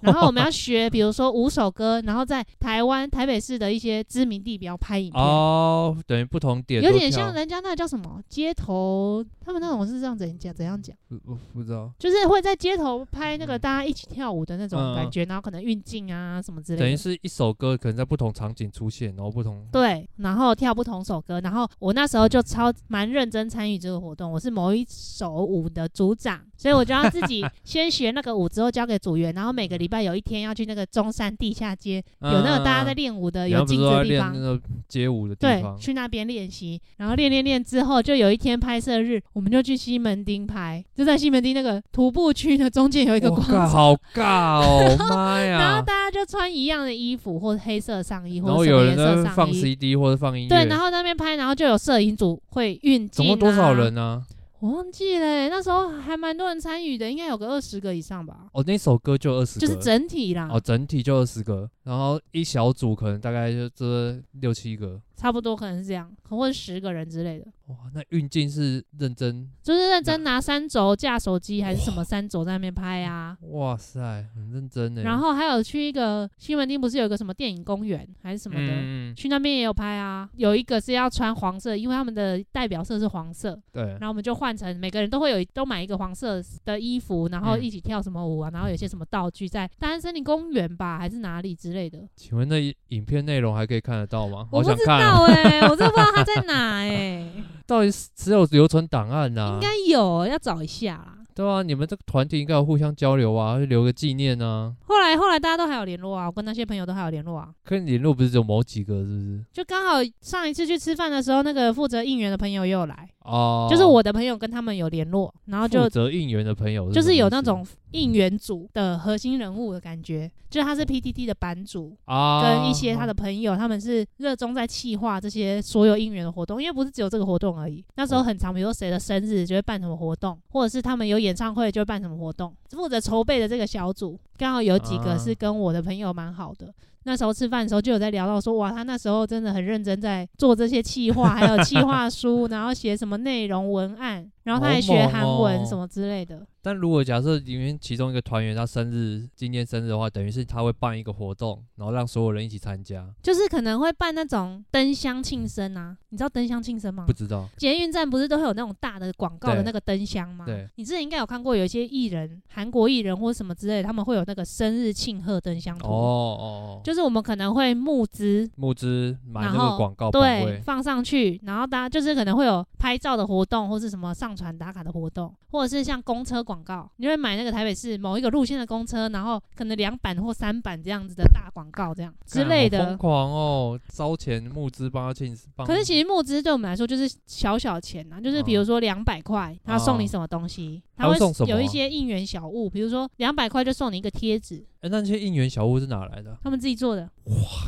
然后我们要学，比如说五首歌，然后在台湾台北市的一些知名地标拍影片。
哦，等于不同点
有
都
点像
跳
人家那个叫什么街头，他们那种是这样怎讲怎样讲，
不不不知道，
就是会在街头拍那个大家一起跳舞的那
嗯
种
嗯
感觉，然后可能运镜啊什么之类的。
等于是一首歌可能在不同场景出现，然后不同
对，然后跳不同首歌，然后我那时候就超蛮认真参与这个活动，我是某一首舞的组长，所以我就要自 己先学那个舞，之后交给组员，然后每个礼拜有一天要去那个中山地下街，有那个大家在
练
练舞的
然
有
后不
镜
是
子
嗯说要
的地
练
方
那。个街舞的地
对
方，，
去那边练习，然后练练练之后，就有一天拍摄日，我们就去西门町拍，就在西门町那个徒步区的中间有一个
哇
广
尬
场，
好尬哦， 妈
然后
呀！
大家就穿一样的衣服，或黑色上衣，或
然后
什
有
么
人
颜
在那
色
边
上
放
衣，
CD 或者放音乐，
对，然后在那边拍，然后就有摄影组会运镜、
总
啊，
共多少？人呢？
我忘记了，那时候还蛮多人参与的，应该有个二十个以上吧，
哦，那首歌就二十，
就是整体啦，
哦，整体就二十个，然后一小组可能大概就这六七个。
差不多可能是这样，或者十个人之类的，
哇，那运镜是认真，
就是认真拿三轴架手机还是什么三轴在那边拍啊。
哇塞，很认真呢。
然后还有去一个西门町，不是有一个什么电影公园还是什么的，
嗯，嗯
去那边也有拍啊。有一个是要穿黄色，因为他们的代表色是黄色，
对
然，后我们就换成每个人都会有一都买一个黄色的衣服，然后
嗯
一起跳什么舞啊，然后有些什么道具在大安森林公园吧，还是哪里之类的，
请问那影片内容还可以看得到吗？
我不
好想
知道
看哦，
哎、我真的不知道它在 哪哎、
到底是只有留存档案呐、
应该有要找一下啦。
对啊，你们这个团体应该有互相交流啊，留个纪念啊。
后来后来大家都还有联络啊，我跟那些朋友都还有联络啊。
可是联络不是只有某几个，是不是？
就刚好上一次去吃饭的时候，那个负责应援的朋友也有来，
哦，
就是我的朋友跟他们有联络，然后
负
就
责应援的朋友，
就是有那
什么意
种应援组的核心人物的感觉，就是他是 PTT 的版主。
思啊，
跟一些他的朋友，他们是热衷在企划这些所有应援的活动，因为不是只有这个活动而已。那时
哦
候很长，比如说谁的生日就会办什么活动，或者是他们有演唱会就会办什么活动。负责筹备的这个小组，刚好有几
啊
个是跟我的朋友蛮好的。那时候吃饭的时候就有在聊到说，哇，他那时候真的很认真在做这些企划，还有企划书，然后写什么内容文案，然后他还学韩
好猛哦
文什么之类的。
但如果假设里面其中一个团员他生日，今天生日的话，等于是他会办一个活动，然后让所有人一起参加。
就是可能会办那种灯箱庆生啊，你知道灯箱庆生吗？
不知道，
捷运站不是都会有那种大的广告
对
的那个灯箱吗？
对，
你之前应该有看过，有一些艺人，韩国艺人或什么之类的，他们会有那个生日庆贺灯箱图，
哦哦，哦
就是我们可能会募资，
募资买那
然
个
后
广告版
对，
位，
放上去，然后大家就是可能会有拍照的活动，或是什么上传打卡的活动，或者是像公车广告，你会买那个台北市某一个路线的公车，然后可能两版或三版这样子的大广告，这样之
干
类
好疯
的。
狂哦，烧钱募资帮他庆，帮
可是其实募资对我们来说就是小小钱啊，就是比如说两百块，他送你什么东西，
哦他
他
会
会
送什么啊
有一些应援小物，比如说两百块就送你一个贴纸，
哎，那些应援小物是哪来的？
他们自己做的，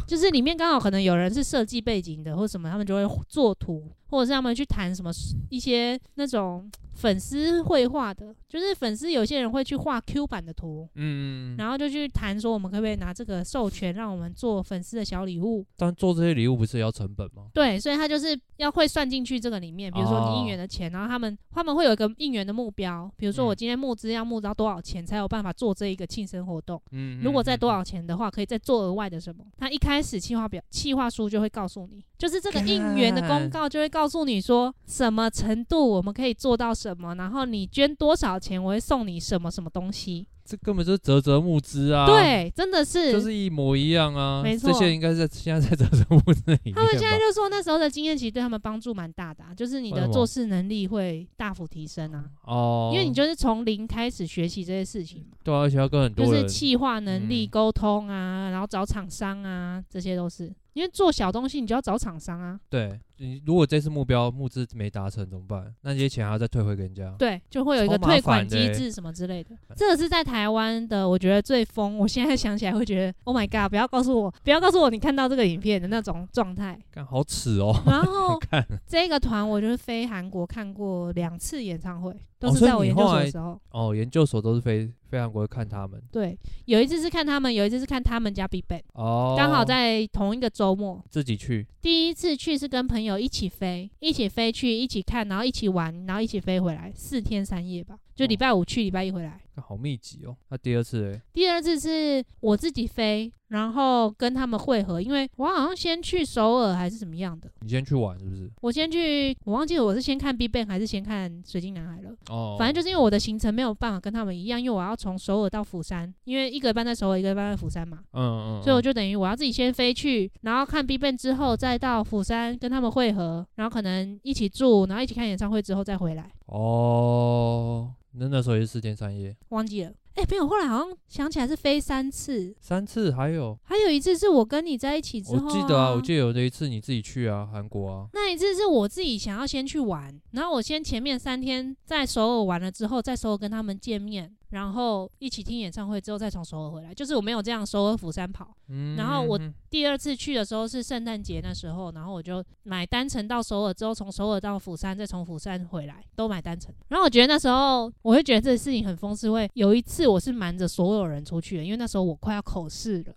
就是里面刚好可能有人是设计背景的或什么，他们就会做图，或者是他们去谈什么一些那种粉丝绘画的，就是粉丝有些人会去画 Q 版的图。
嗯，
然后就去谈说，我们可不可以拿这个授权，让我们做粉丝的小礼物？
但做这些礼物不是也要成本吗？
对，所以他就是要会算进去这个里面，比如说你应援的钱，然后他们他们会有一个应援的目标，比如说我
哦嗯
今天募资要募到多少钱才有办法做这一个庆生活动，
嗯，
如果
嗯
在多？啊
嗯
少钱的话，可以再做额外的什么。他一开始企划表、企划书就会告诉你，就是这个应援的
干
公告就会告诉你说什么程度我们可以做到什么，然后你捐多少钱，我会送你什么什么东西。
这根本就是泽泽募资啊，，
对，真的
就是一模一样啊，
没
这
错
些应该在现在在泽泽募资里面吧。
他们现在就说那时候的经验其实对他们帮助蛮大的啊、就是你
为什
的
么
做事能力会大幅提升啊，
哦，
因为你就是从零开始学习这些事情嘛，
对啊，而且要跟很
就
多人
是企划能力、
嗯
沟通啊，然后找厂商啊，这些都是。因为做小东西，你就要找厂商啊，
对你，如果这次目标募资没达成怎么办？那些钱还要再退回给人家。
对，就会有一
超
个
麻
退
烦
款
的
机
欸
制什么之类的。这个是在台湾的，我觉得最疯。我现在想起来会觉得，Oh my god！不要告诉我，不要告诉我你看到这个影片的那种状 态。
看好耻哦！
然后
看
这个团，我就是飞韩国看过两次演唱会，
哦
都是
所以
在我
你
研究
后
所的
来
时候。
哦，研究所都是非非常国会看他们
对，有一次是看他们，有一次是看他们家 BigBang，
哦，
刚好在同一个周末。
自己去
第一次去是跟朋友一起飞，一起飞去，一起看，然后一起玩，然后一起飞回来，四天三夜吧，就礼拜五去，礼拜一回来。
看好密集哦。那第二次嘞，
第二次是我自己飞，然后跟他们会合，因为我好像先去首尔还是怎么样的，
你先去玩是不是？
我先去，我忘记了我是先看 Big Bang 还是先看水晶男孩了。
哦，
反正就是因为我的行程没有办法跟他们一样，因为我要从首尔到釜山，因为一个班在首尔，一个班在釜山嘛，
嗯嗯，
所以我
就
就等于我要自己先飞去，然后看 Big Bang 之后再到釜山跟他们会合，然后可能一起住，然后一起看演唱会之后再回来，
哦，那那时候也是四天三夜，
忘记了。哎、没有，后来好像想起来是飞三次，
三次还有，
还有一次是我跟你在一起之
我
后、
记得啊，我记得有的一次你自己去啊，韩国啊，
那一次是我自己想要先去玩，然后我先前面三天在首尔玩了之后，在首尔跟他们见面，然后一起听演唱会之后再从首尔回来，就是我没有这样首尔釜山跑。
嗯，
然后我
嗯
第二次去的时候是圣诞节那时候，然后我就买单程到首尔之后，从首尔到釜山，再从釜山回来，都买单程。然后我觉得那时候我会觉得这个事情很风是会有一次我是瞒着所有人出去的，因为那时候我快要口试了。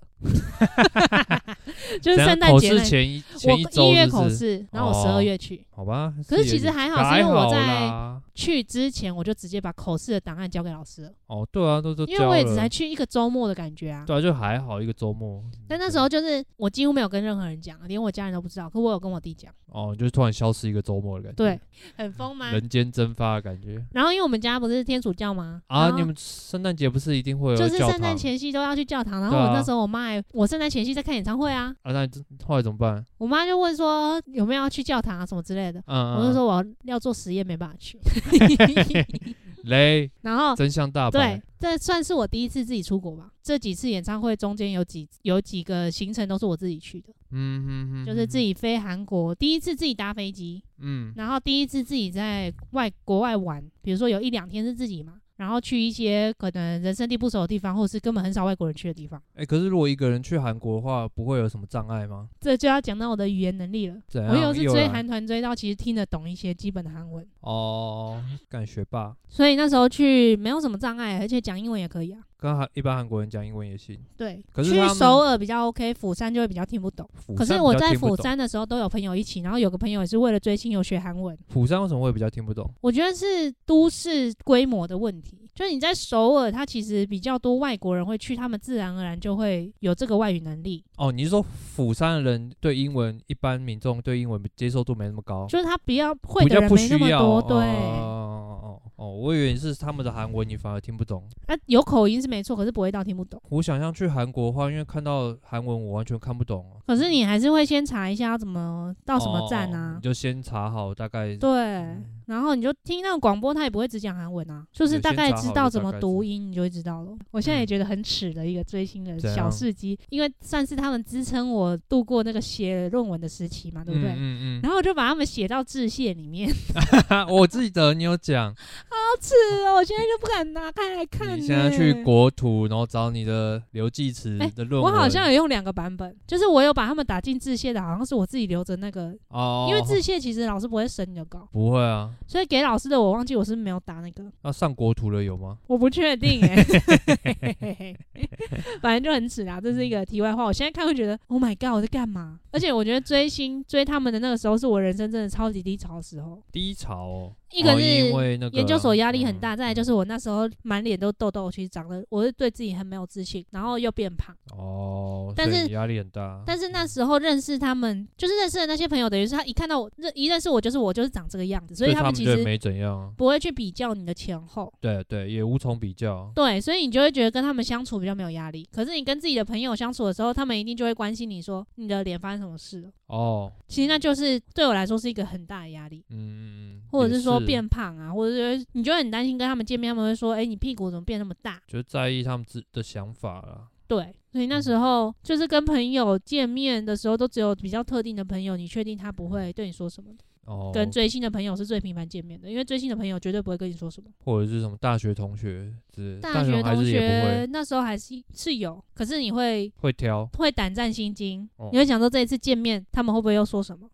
就是
等下
圣诞
口
节那
试前一
我
前一周
一月
是不
口
是，
试，然后我
哦
十二月去。
好吧？
可是
也
其实还好是
还
因为我
好
在
啦
去之前我就直接把口试的档案交给老师了，
哦，对啊，都都
因为
交
我也
了
只才去一个周末的感觉啊。
对啊，就还好一个周末，
但那时候就是我几乎没有跟任何人讲，连我家人都不知道，可我有跟我弟讲，
哦，就是突然消失一个周末的感觉，
对，很疯吗？
人间蒸发的感觉
然后因为我们家不是天主教吗？然
啊！
后
你们圣诞节不是一定会有
就是
教
圣诞
堂
前夕都要去教堂，然后
对啊
我那时候我妈还，我圣诞前夕在看演唱会啊，
啊？那你这后来怎么办？
我妈就问说有没有要去教堂啊什么之类的，
嗯，
我就
嗯
说我要做实验没办法去，
雷
然后
真相大白
对，，这算是我第一次自己出国吧。这几次演唱会中间有几有几个行程都是我自己去的，
嗯哼哼，
就是自己飞韩国，第一次自己搭飞机，
嗯，
然后第一次自己在外国外玩，比如说有一两天是自己嘛，然后去一些可能人生地不熟的地方，或是根本很少外国人去的地方。
哎，可是如果一个人去韩国的话，不会有什么障碍吗？
这就要讲到我的语言能力了。
怎
我有
样？
是
啊又
追
来
韩团追到，其实听得懂一些基本的韩文，
哦，干学霸，
所以那时候去没有什么障碍，而且讲英文也可以啊。
跟韩一般韩国人讲英文也行。
对，
可是
去
他们
首尔比较 OK，釜山就会比较听不懂。
釜
可
山
是
比
我
较
在
听不
釜
懂，
山的时候都有朋友一起，然后有个朋友也是为了追星有学韩文。
釜山为什么会比较听不懂？
我觉得是都市规模的问题，就是你在首尔，它其实比较多外国人会去，他们自然而然就会有这个外语能力，
哦，你是说釜山的人对英文，一般民众对英文接受度没那么高？
就是他比较会
哦比
的
较
人
不
没
需
那么
要
多。对，
哦哦哦，我以为是他们的韩文，你反而听不懂。
啊，有口音是没错，可是不会到听不懂。
我想象去韩国的话，因为看到韩文我完全看不懂哦。
可是你还是会先查一下要怎么到什么站
哦
啊
你，就先查好大概。
对，然后你就听那个广播，他也不会只讲韩文啊，就是
对
大
先
概
查
知
好
道
就
怎
大
么
概
读
知
音，你就会知道了。我现在也
嗯
觉得很耻的一个追星的
怎
小
样
事机，因为算是他们支撑我度过那个写论文的时期嘛，对不对？
嗯嗯嗯。
然后我就把他们写到致谢里面，
我记得你有讲，
是哦，我现在就不敢拿开来 看、呢
你现在去国图，然后找你的刘继慈
哎
的论
我
文。
好像有用两个版本，就是我有把他们打进致谢的，好像是我自己留着那个，
哦，
因为致谢其实老师不会审你的稿，
不会啊。
所以给老师的我忘记我是没有打那个，
那上国图了有吗？
我不确 定欸哎、 反正就很耻啦，啊这是一个题外话。我现在看会觉得，Oh my god，我在干嘛？而且我觉得追星追他们的那个时候，是我人生真的超级低潮的时候。
低潮哦，
一个
哦
是
因为那个
研究所压力很大，
嗯
再来就是我那时候满脸都痘痘，其实长得我是对自己很没有自信，然后又变胖。
哦，嗯
但
所以
是
你压力很大。
但是那时候认识他们，就是认识的那些朋友，等于是他一看到我认一认识我，就是我就是长这个样子，所以他
他
们
们
其
觉得
实
没怎样啊，
不会去比较你的前后。
对对，也无从比较。
对，所以你就会觉得跟他们相处比较没有压力。可是你跟自己的朋友相处的时候，他们一定就会关心你说你的脸发生什么事了。
哦，
其实那就是对我来说是一个很大的压力，
嗯嗯嗯，
或者
也
是说变胖啊，或者是你就会很担心跟他们见面，他们会说：“哎、你屁股怎么变那么大
就在意他们自的想法啦。？”
对，所以那
嗯
时候就是跟朋友见面的时候，都只有比较特定的朋友，你确定他不会对你说什么的。
哦，
跟追星的朋友是最频繁见面的，因为追星的朋友绝对不会跟你说什么。
或者是什么大学同学之类的，
大
学
学
同还
同
是也不会
学那时候还是是有，可是你会
会挑
会胆战心惊，
哦
你会想说这一次见面他们会不会又说什么？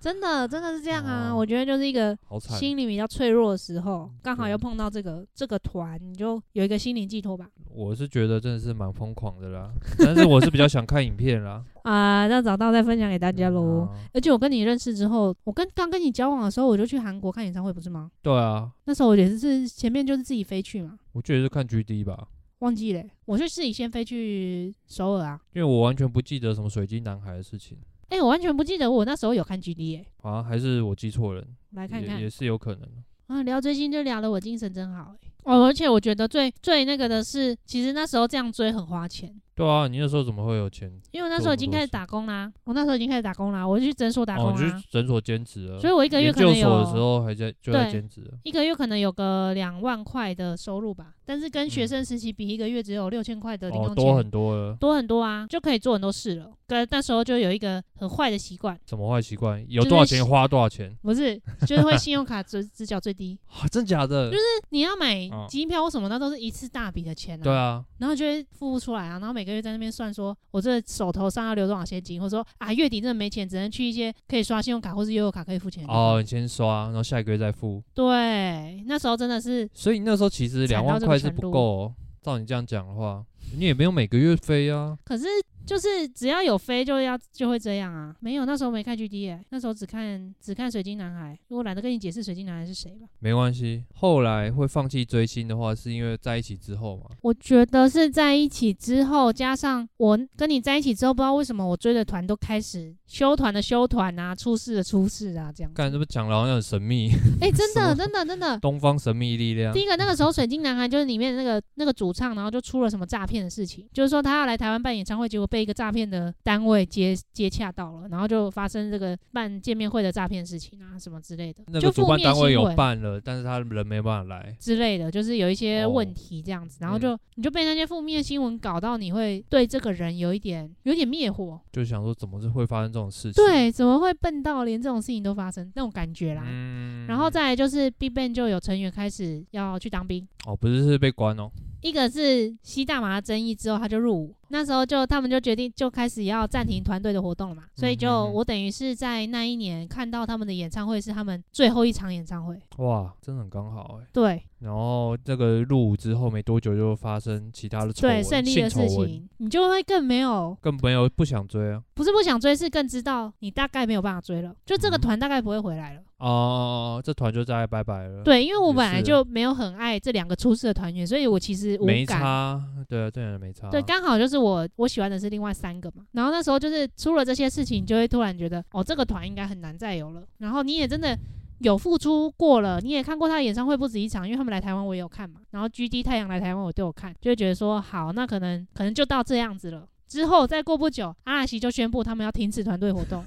真的真的是这样啊。
哦
我觉得就是一个
好惨。嗯
心灵比较脆弱的时候，刚好
对
又碰到这个这个团，你就有一个心灵寄托吧。
我是觉得真的是蛮疯狂的啦， 但是我是比较想看影片啦。
啊、那找到再分享给大家喽。
嗯啊
而且我跟你认识之后，我跟刚跟你交往的时候，我就去韩国看演唱会，不是吗？
对啊，
那时候我也是前面就是自己飞去嘛，
我觉得是看 GD 吧，
忘记了欸、我就自己先飞去首尔啊。
因为我完全不记得什么水晶男孩的事情，
哎、我完全不记得我那时候有看 GD 哎、
好像还是我记错人，
来看
也
看
也是有可能。
啊，聊追星就聊得我精神真好哎、哦，而且我觉得最最那个的是，其实那时候这样追很花钱，
对啊，你那时候怎么会有钱？
因为我那时候已经开始打工啦，我那时候已经开始打工啦，我就去诊所打工
哦，你
啦，
去诊所兼职了，
所以我一个月
研
可能
究
有
所的时候还在就在
对
兼职了。
一个月可能有个两万块的收入吧，但是跟学
嗯
生时期比，一个月只有六千块的零
哦，
用
多
钱，
很多了。
多很多啊，就可以做很多事了。跟那时候就有一个很坏的习惯，
什么坏习惯？有
就是
多少钱花多少钱？
不是，就是 会信用卡只只缴最低，
啊，真假的？
你要买
哦
机票或什么，那都是一次大笔的钱啊。
对啊，
然后就会付不出来啊，然后每个月在那边算说，我这手头上要留多少现金，或者说啊月底真的没钱，只能去一些可以刷信用卡或是悠游卡可以付钱的地方。
哦，你先刷，然后下个月再付。
对，那时候真的是
所以那时候其实两
惨到
万
这个
块是
程度
不够、哦。照你这样讲的话，你也没有每个月飞啊。
可是就是只要有飞就要就会这样啊，没有那时候没看 GD 哎、那时候只看只看水晶男孩，因为我懒得跟你解释水晶男孩是谁吧。
没关系，后来会放弃追星的话，是因为在一起之后嘛。
我觉得是在一起之后，加上我跟你在一起之后，不知道为什么我追的团都开始休团的休团啊，出事的出事啊，这样子。
干这不讲了，好像很神秘，
哎、真
什
的
么
真的真的。
东方神秘力量
第。一个那个时候水晶男孩就是里面那个那个主唱，然后就出了什么诈骗的事情，就是说他要来台湾办演唱会，结果被一个诈骗的单位接接洽到了，然后就发生这个办见面会的诈骗事情啊什么之类的，
那
就
个
负
主办
面
单位
新
有
闻
办了，但是他人没办法来。
之类的，就是有一些
哦嗯
问题这样子，然后就、你就被那些负面新闻搞到，你会对这个人有一点有点灭火，
就想说怎么是会发生这种事情？，
对，怎么会笨到连这种事情都发生那种感觉啦。
嗯
然后再来就是 BigBang 就有成员开始要去当兵，
哦，不是是被关哦，
一个是吸大麻的争议之后他就入伍，那时候就他们就决定就开始要暂停团队的活动了嘛，所以就
嗯嗯嗯
我等于是在那一年看到他们的演唱会是他们最后一场演唱会，
哇，真的很刚好哎、
对
然后这个入伍之后没多久就发生其他的丑
对，
闻，
胜利
性
的
丑
事
闻，
情，你就会更没有
更没有不想追啊。
不是不想追，是更知道你大概没有办法追了，就这个
嗯
团大概不会回来了。
哦，这团就大概拜拜了。，
对，因为我
也
本来
是
就没有很爱这两个出事的团员，所以我其实无
没
感。
差，对啊，对啊，没差。
对，刚好就是我我喜欢的是另外三个嘛，然后那时候就是出了这些事情，就会突然觉得哦，这个团应该很难再有了。然后你也真的有付出过了，你也看过他的演唱会不止一场，因为他们来台湾我也有看嘛。然后 GD 太阳来台湾我都有看，就会觉得说好，那可能可能就到这样子了。之后再过不久，阿拉西就宣布他们要停止团队活动，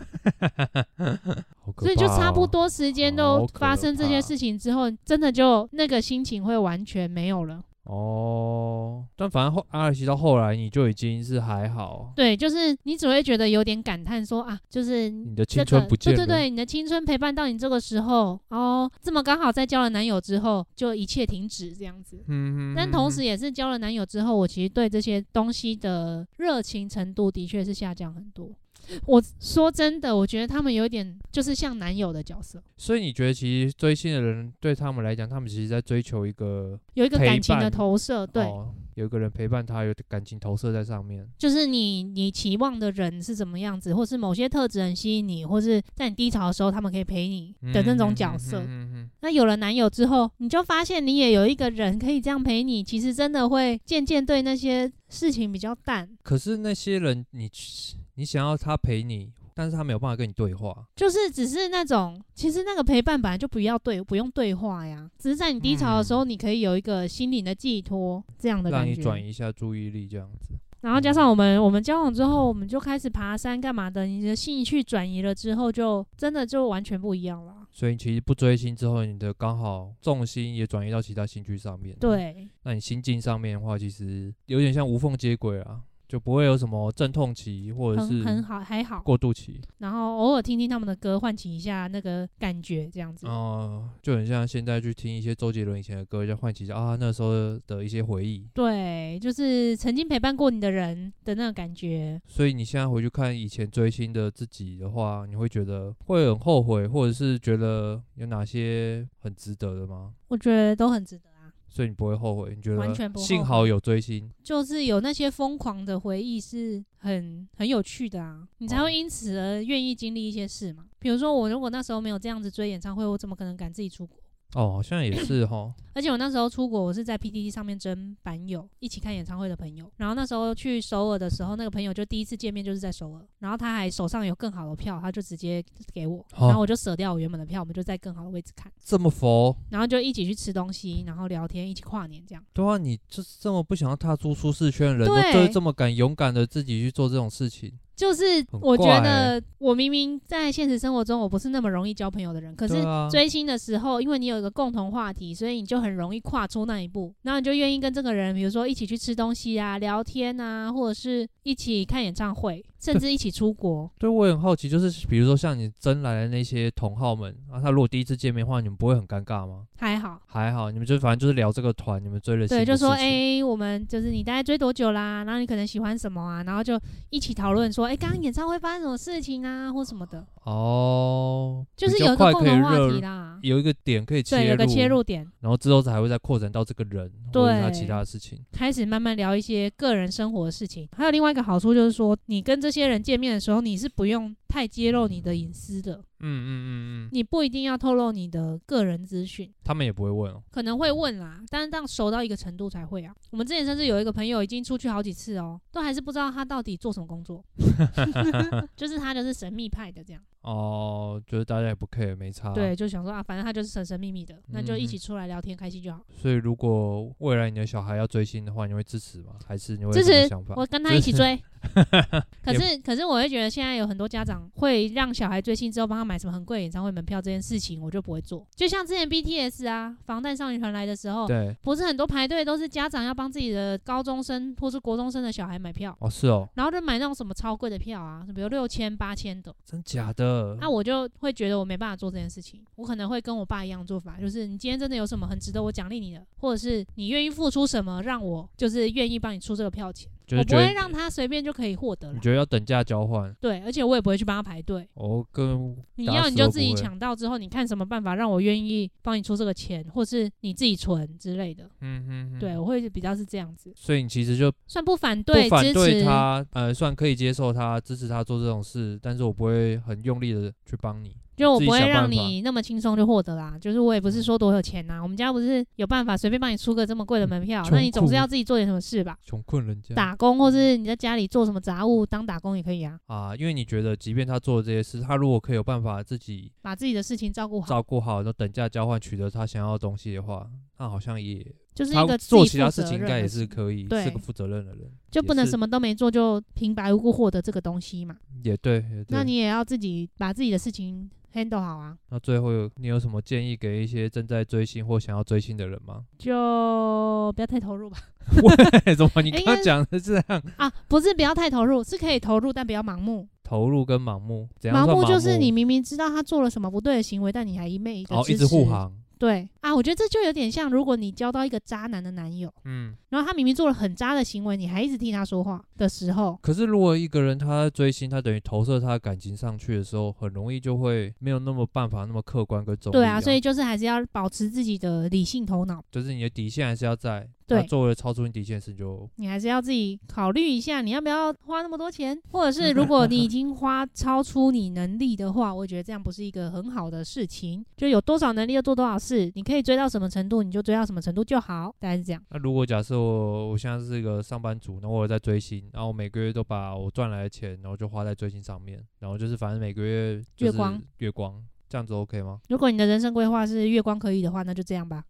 好可
所以就
怕
差不
哦。
多时间都
好可
发生这些
怕
事情之后，真的就那个心情会完全没有了。
哦，但反正后阿尔西到后来你就已经是还好，
对，就是你只会觉得有点感叹说啊，就是
你的
这
青
个
春不见了。
对对对，你的青春陪伴到你这个时候哦，这么刚好在交了男友之后，就一切停止这样子。
嗯，嗯
但同时，也是交了男友之后，我其实对这些东西的热情程度的确是下降很多。我说真的，我觉得他们有点就是像男友的角色，
所以你觉得其实追星的人对他们来讲，他们其实在追求一个
有一个
陪
感情的
伴
投射，对，
哦、有一个人陪伴他，有感情投射在上面。
就是你你期望的人是怎么样子，或是某些特质很吸引你，或是在你低潮的时候他们可以陪你的那种角色。
嗯嗯嗯嗯
那有了男友之后，你就发现你也有一个人可以这样陪你，其实真的会渐渐对那些事情比较淡。
可是那些人，你去你想要他陪你，但是他没有办法跟你对话。
就是只是那种，其实那个陪伴本来就不要对，不用对话呀，只是在你低潮的时候，你可以有一个心灵的寄托，这样的
让
感
你转
觉。
移一下注意力，这样子。
然后加上我们我们交往之后，我们就开始爬山干嘛的，你的兴趣转移了之后，就真的就完全不一样了。
所以你其实不追星之后，你的刚好重心也转移到其他兴趣上面。，
对，
那你心境上面的话，其实有点像无缝接轨啊。就不会有什么阵痛期或者
很很
是
好，还好。
过渡期，
然后偶尔听听他们的歌，唤起一下那个感觉，这样子。
嗯，就很像现在去听一些周杰伦以前的歌，就唤起一下啊那时候的一些回忆。
对，就是曾经陪伴过你的人的那种感觉。
所以你现在回去看以前追星的自己的话，你会觉得会很后悔，或者是觉得有哪些很值得的吗？
我觉得都很值得啊。
所以你不会后悔，你觉
完全不
得
后悔
幸好有追星，
就是有那些疯狂的回忆是很很有趣的啊，你才
哦
会因此而愿意经历一些事嘛。比如说我如果那时候没有这样子追演唱会，我怎么可能敢自己出国？
哦，好像也是 哈，
而且我那时候出国，我是在 PTT 上面征版友，一起看演唱会的朋友。然后那时候去首尔的时候，那个朋友就第一次见面就是在首尔，然后他还手上有更好的票，他就直接给我，
哦
然后我就舍掉我原本的票，我们就在更好的位置看，
这么佛，
然后就一起去吃东西，然后聊天，一起跨年这样。
对啊，你就是这么不想要踏出舒适圈的人，
对
都就是这么敢勇敢的自己去做这种事情，
就是
很
我觉
怪欸
得我明明在现实生活中我不是那么容易交朋友的人，可是
对啊
追星的时候，因为你有一个共同话题，所以你就很容易跨出那一步，然后你就愿意跟这个人，比如说一起去吃东西啊、聊天啊，或者是一起看演唱会，甚至一起出国。
对我也很好奇，就是比如说像你真来的那些同好们啊，他如果第一次见面的话，你们不会很尴尬吗？
还好，
还好，你们就反正就是聊这个团，你们追了新
对，
的
就说
事情
哎、我们就是你大概追多久啦？然后你可能喜欢什么啊？然后就一起讨论说，哎、刚刚演唱会发生什么事情啊，或什么的，
哦，
就是
比较
有一个
快
共
可以
同话
热
题啦。
有一个点可以切入，
对，有个切入点。
然后之后才会再扩展到这个人或者是他
对
其他的事情。
开始慢慢聊一些个人生活的事情。还有另外一个好处就是说，你跟这些人见面的时候，你是不用太揭露你的隐私的，
嗯嗯嗯嗯，
你不一定要透露你的个人资讯。
他们也不会问哦。
可能会问啦，但是这样熟到一个程度才会啊。我们之前甚至有一个朋友已经出去好几次哦，都还是不知道他到底做什么工作， 就是他就是神秘派的这样。
哦，就是大家也不 care，没差。
对，，就想说啊，反正他就是神神秘秘的，那就一
嗯
起出来聊天开心就好。
所以如果未来你的小孩要追星的话，你会支持吗？还是你会有
支
什么
持
想法？
我跟他
就
一
是
起追。 可是，可是我会觉得现在有很多家长会让小孩追星之后帮他买什么很贵的演唱会门票这件事情，我就不会做。就像之前 BTS 啊，防弹少年团来的时候，
对，
不是很多排队都是家长要帮自己的高中生或是国中生的小孩买票，
哦是哦，
然后就买那种什么超贵的票啊，比如六千、八千的。
真假的？
那、啊我就会觉得我没办法做这件事情，我可能会跟我爸一样做法，就是你今天真的有什么很值得我奖励你的，或者是你愿意付出什么让我就是愿意帮你出这个票钱。
就是
我不
觉得
会让他随便就可以获得
你
了。
觉得要等价交换？
对，而且我也不会去帮他排队。
哦，跟
你
打
要
死
你
都
就
不
自己
会
抢到之后，你看什么办法让我愿意帮你出这个钱，或是你自己存之类的。
嗯嗯嗯，
对，。我会比较是这样子，
所以你其实就
算不反
不
对
反
支
对
持，
他，呃，算可以接受他，支持他做这种事，但是我不会很用力的去帮你。
就我
自己
不会
想
让
办法嗯
你那么轻松就获得啦。就是我也不是说多有钱啊呐、我们家不是有办法随便帮你出个这么贵的门票，那
嗯穷
你总是
苦
要自己做点什么事吧？
穷困人家
打工，或是你在家里做什么杂务当打工也可以啊，
啊，因为你觉得，即便他做了这些事，他如果可以有办法自己
把自己的事情照顾好，
照顾好，然后等价交换取得他想要的东西的话，那好像也
就是一
他
个自
做
己
其
负
他事
责
情应
任
该
的
也
事
是可以，
对
是个负责任的人，
就
也
不能
是
什么都没做就平白无故获得这个东西嘛。
也对，也对。
那你也要自己把自己的事情 handle 好啊。
那最后有你有什么建议给一些正在追星或想要追星的人吗？
就不要太投入吧。
喂，怎么你
哎
刚
应该
刚讲的这样？
啊，不是不要太投入，是可以投入，但不要盲目。
投入跟盲目，怎样
盲
算
目
目
就是你明明知道他做了什么不对的行为，但你还一昧一个
哦
支持。
一直护。航，
对啊，我觉得这就有点像，如果你交到一个渣男的男友，
嗯。
然后他明明做了很渣的行为，你还一直替他说话的时候，
可是，如果一个人他在追星，他等于投射他的感情上去的时候，很容易就会没有那么办法那么客观跟中立、
对啊，所以就是还是要保持自己的理性头脑，
就是你的底线还是要在。
对
他做了超出你底线的事，你就
你还是要自己考虑一下，你要不要花那么多 钱，或者是如果你已经花超出你能力的话，我觉得这样不是一个很好的事情。就有多少能力就做多少事，你可以追到什么程度你就追到什么程度就好，大概是这样。
那如果假设我我现在是一个上班族，然后我有在追星，然后我每个月都把我赚来的钱，然后就花在追星上面，然后就是反正每个月就
月
是
光
月光，这样子 OK 吗？
如果你的人生规划是月光可以的话，那就这样吧。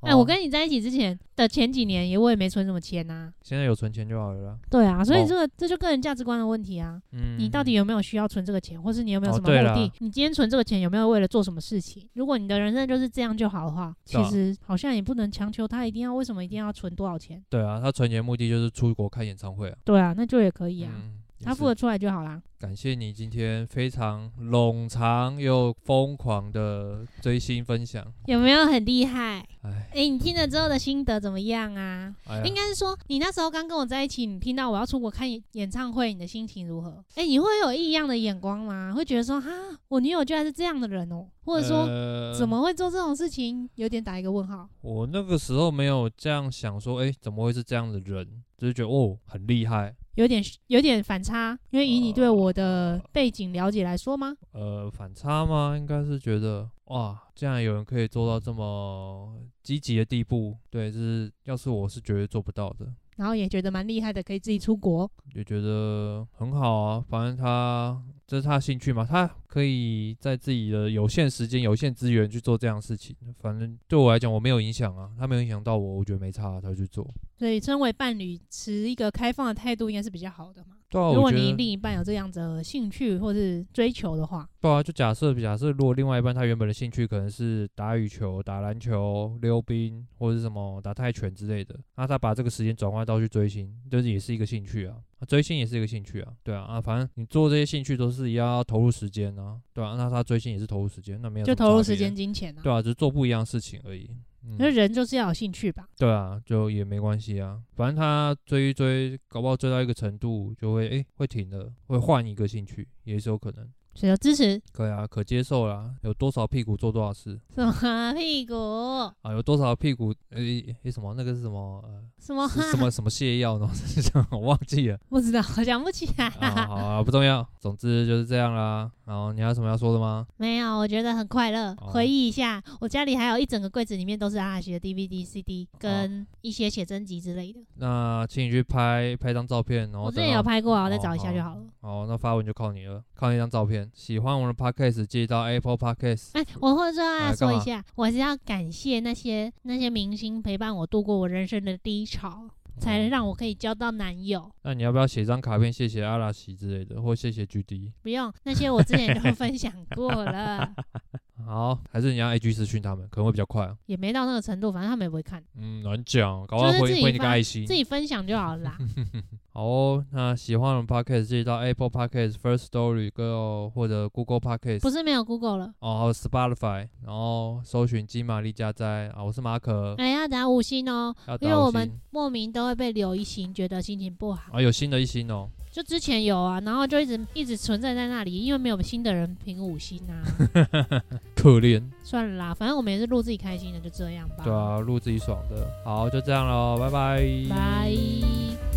哎、我
哦
跟你在一起之前的前几年，也我也没存什么钱啊呐、
现在有存钱就好了啦。
对啊，所以
哦
这个、这就个人价值观的问题啊。
嗯，
你到底有没有需要存这个钱，或是你有没有
哦
什么
对
目
啦
的？你今天存这个钱有没有为了做什么事情？如果你的人生就是这样就好的话，
对
其
啊
实好像也不能强求他一定要为什么一定要存多少钱。
对啊？他存钱目的就是出国看演唱会啊。
对啊，那就也可以啊，
嗯，也
他
是
付得出来就好啦。
感谢你今天非常冗长又疯狂的追星分享。
有没有很厉害？
哎，
诶，你听了之后的心得怎么样啊？
哎呀
应该是说，你那时候刚跟我在一起，你听到我要出国看演演唱会，你的心情如何？诶，你会有异样的眼光吗？会觉得说，哈，我女友居然是这样的人哦、或者说、
呃
怎么会做这种事情？有点打一个问号。
我那个时候没有这样想说，哎、怎么会是这样的人？只是觉得哦，很厉害。
有点有点反差，因为以你对我
哦
的背景了解来说吗？
呃，反差吗？应该是觉得哇，竟然有人可以做到这么积极的地步，对，是要是我是绝对做不到的，
然后也觉得蛮厉害的，可以自己出国。
也觉得很好啊。反正他这是他的兴趣嘛，他可以在自己的有限时间、有限资源去做这样的事情。反正对我来讲，我没有影响啊，他没有影响到我，我觉得没差、啊，他去做。
所以，身为伴侣，持一个开放的态度应该是比较好的嘛。
对啊，
如
我
果
觉
你
得
另一半有这样子的兴趣或是追求的话，
对啊，就假设假设，如果另外一半他原本的兴趣可能是打羽球、打篮球、溜冰或者是什么打泰拳之类的，那他把这个时间转换到去追星，就是也是一个兴趣啊，啊追星也是一个兴趣啊，对啊啊，反正你做这些兴趣都是要投入时间啊，对啊，那他追星也是投入时间，那没有
就
什么
投入
差
时
别
间、，金钱啊。
对啊，只是做不一样的事情而已。
那
嗯，
人就是要有兴趣吧。
对啊，就也没关系啊，反正他追一追，搞不好追到一个程度就会诶会停了，会换一个兴趣也是有可能。
所以支持
可以啊，可接受啦。有多少屁股做多少事
什么屁股，
啊？有多少屁股呃、诶什么那个是什么呃
什么
是什么什么泻药呢？ 是这样我忘记了
不知道，想不起来。
啊。好啊，不重要。总之就是这样啦。然后你还有什么要说的吗？
没有，我觉得很快乐。
哦
回忆一下，我家里还有一整个柜子，里面都是阿拉西的 DVD、CD
哦
跟一些写真集之类的。
那请你去拍拍张照片，然后
我之
等
前有
到。
拍过啊，我再
哦
找一下就
好
好了。
哦，那发文就靠你了，靠那张照片。喜欢我们的 podcast，记得到 Apple Podcast。
哎、我或者说
哎
要
干
说一
嘛
下，我还是要感谢那些那些明星陪伴我度过我人生的低潮，才
哦
让我可以交到男友。
那你要不要写张卡片，谢谢阿拉西之类的，或谢谢 GD？
不用，那些我之前 都分享过了，
好，还是你要 IG 私讯他们，可能会比较快啊。
也没到那个程度，反正他们也不会看，
嗯，难讲，搞不
就
好
是自
回
己
回你个
发
爱心。
自己分享就好了 啦。
好哦，那喜欢我们 podcast 记得到 Apple Podcast、First Story 跟哦或者 Google Podcast，
不是没有 Google 了，
哦，还有 Spotify，然后搜寻金玛丽加哉啊，我是马可，
哎、要打五星哦、
要打
因为我
五
们
星
莫名都会被留一星，觉得心情不好。
啊有新的一星哦，
就之前有啊，然后就一直一直存在在那里，因为没有新的人评五星 啊。
可怜，啊
算了啦，反正我们也是录自己开心的，就这样吧。
对啊，录自己爽的，好，就这样喽，拜拜，
拜。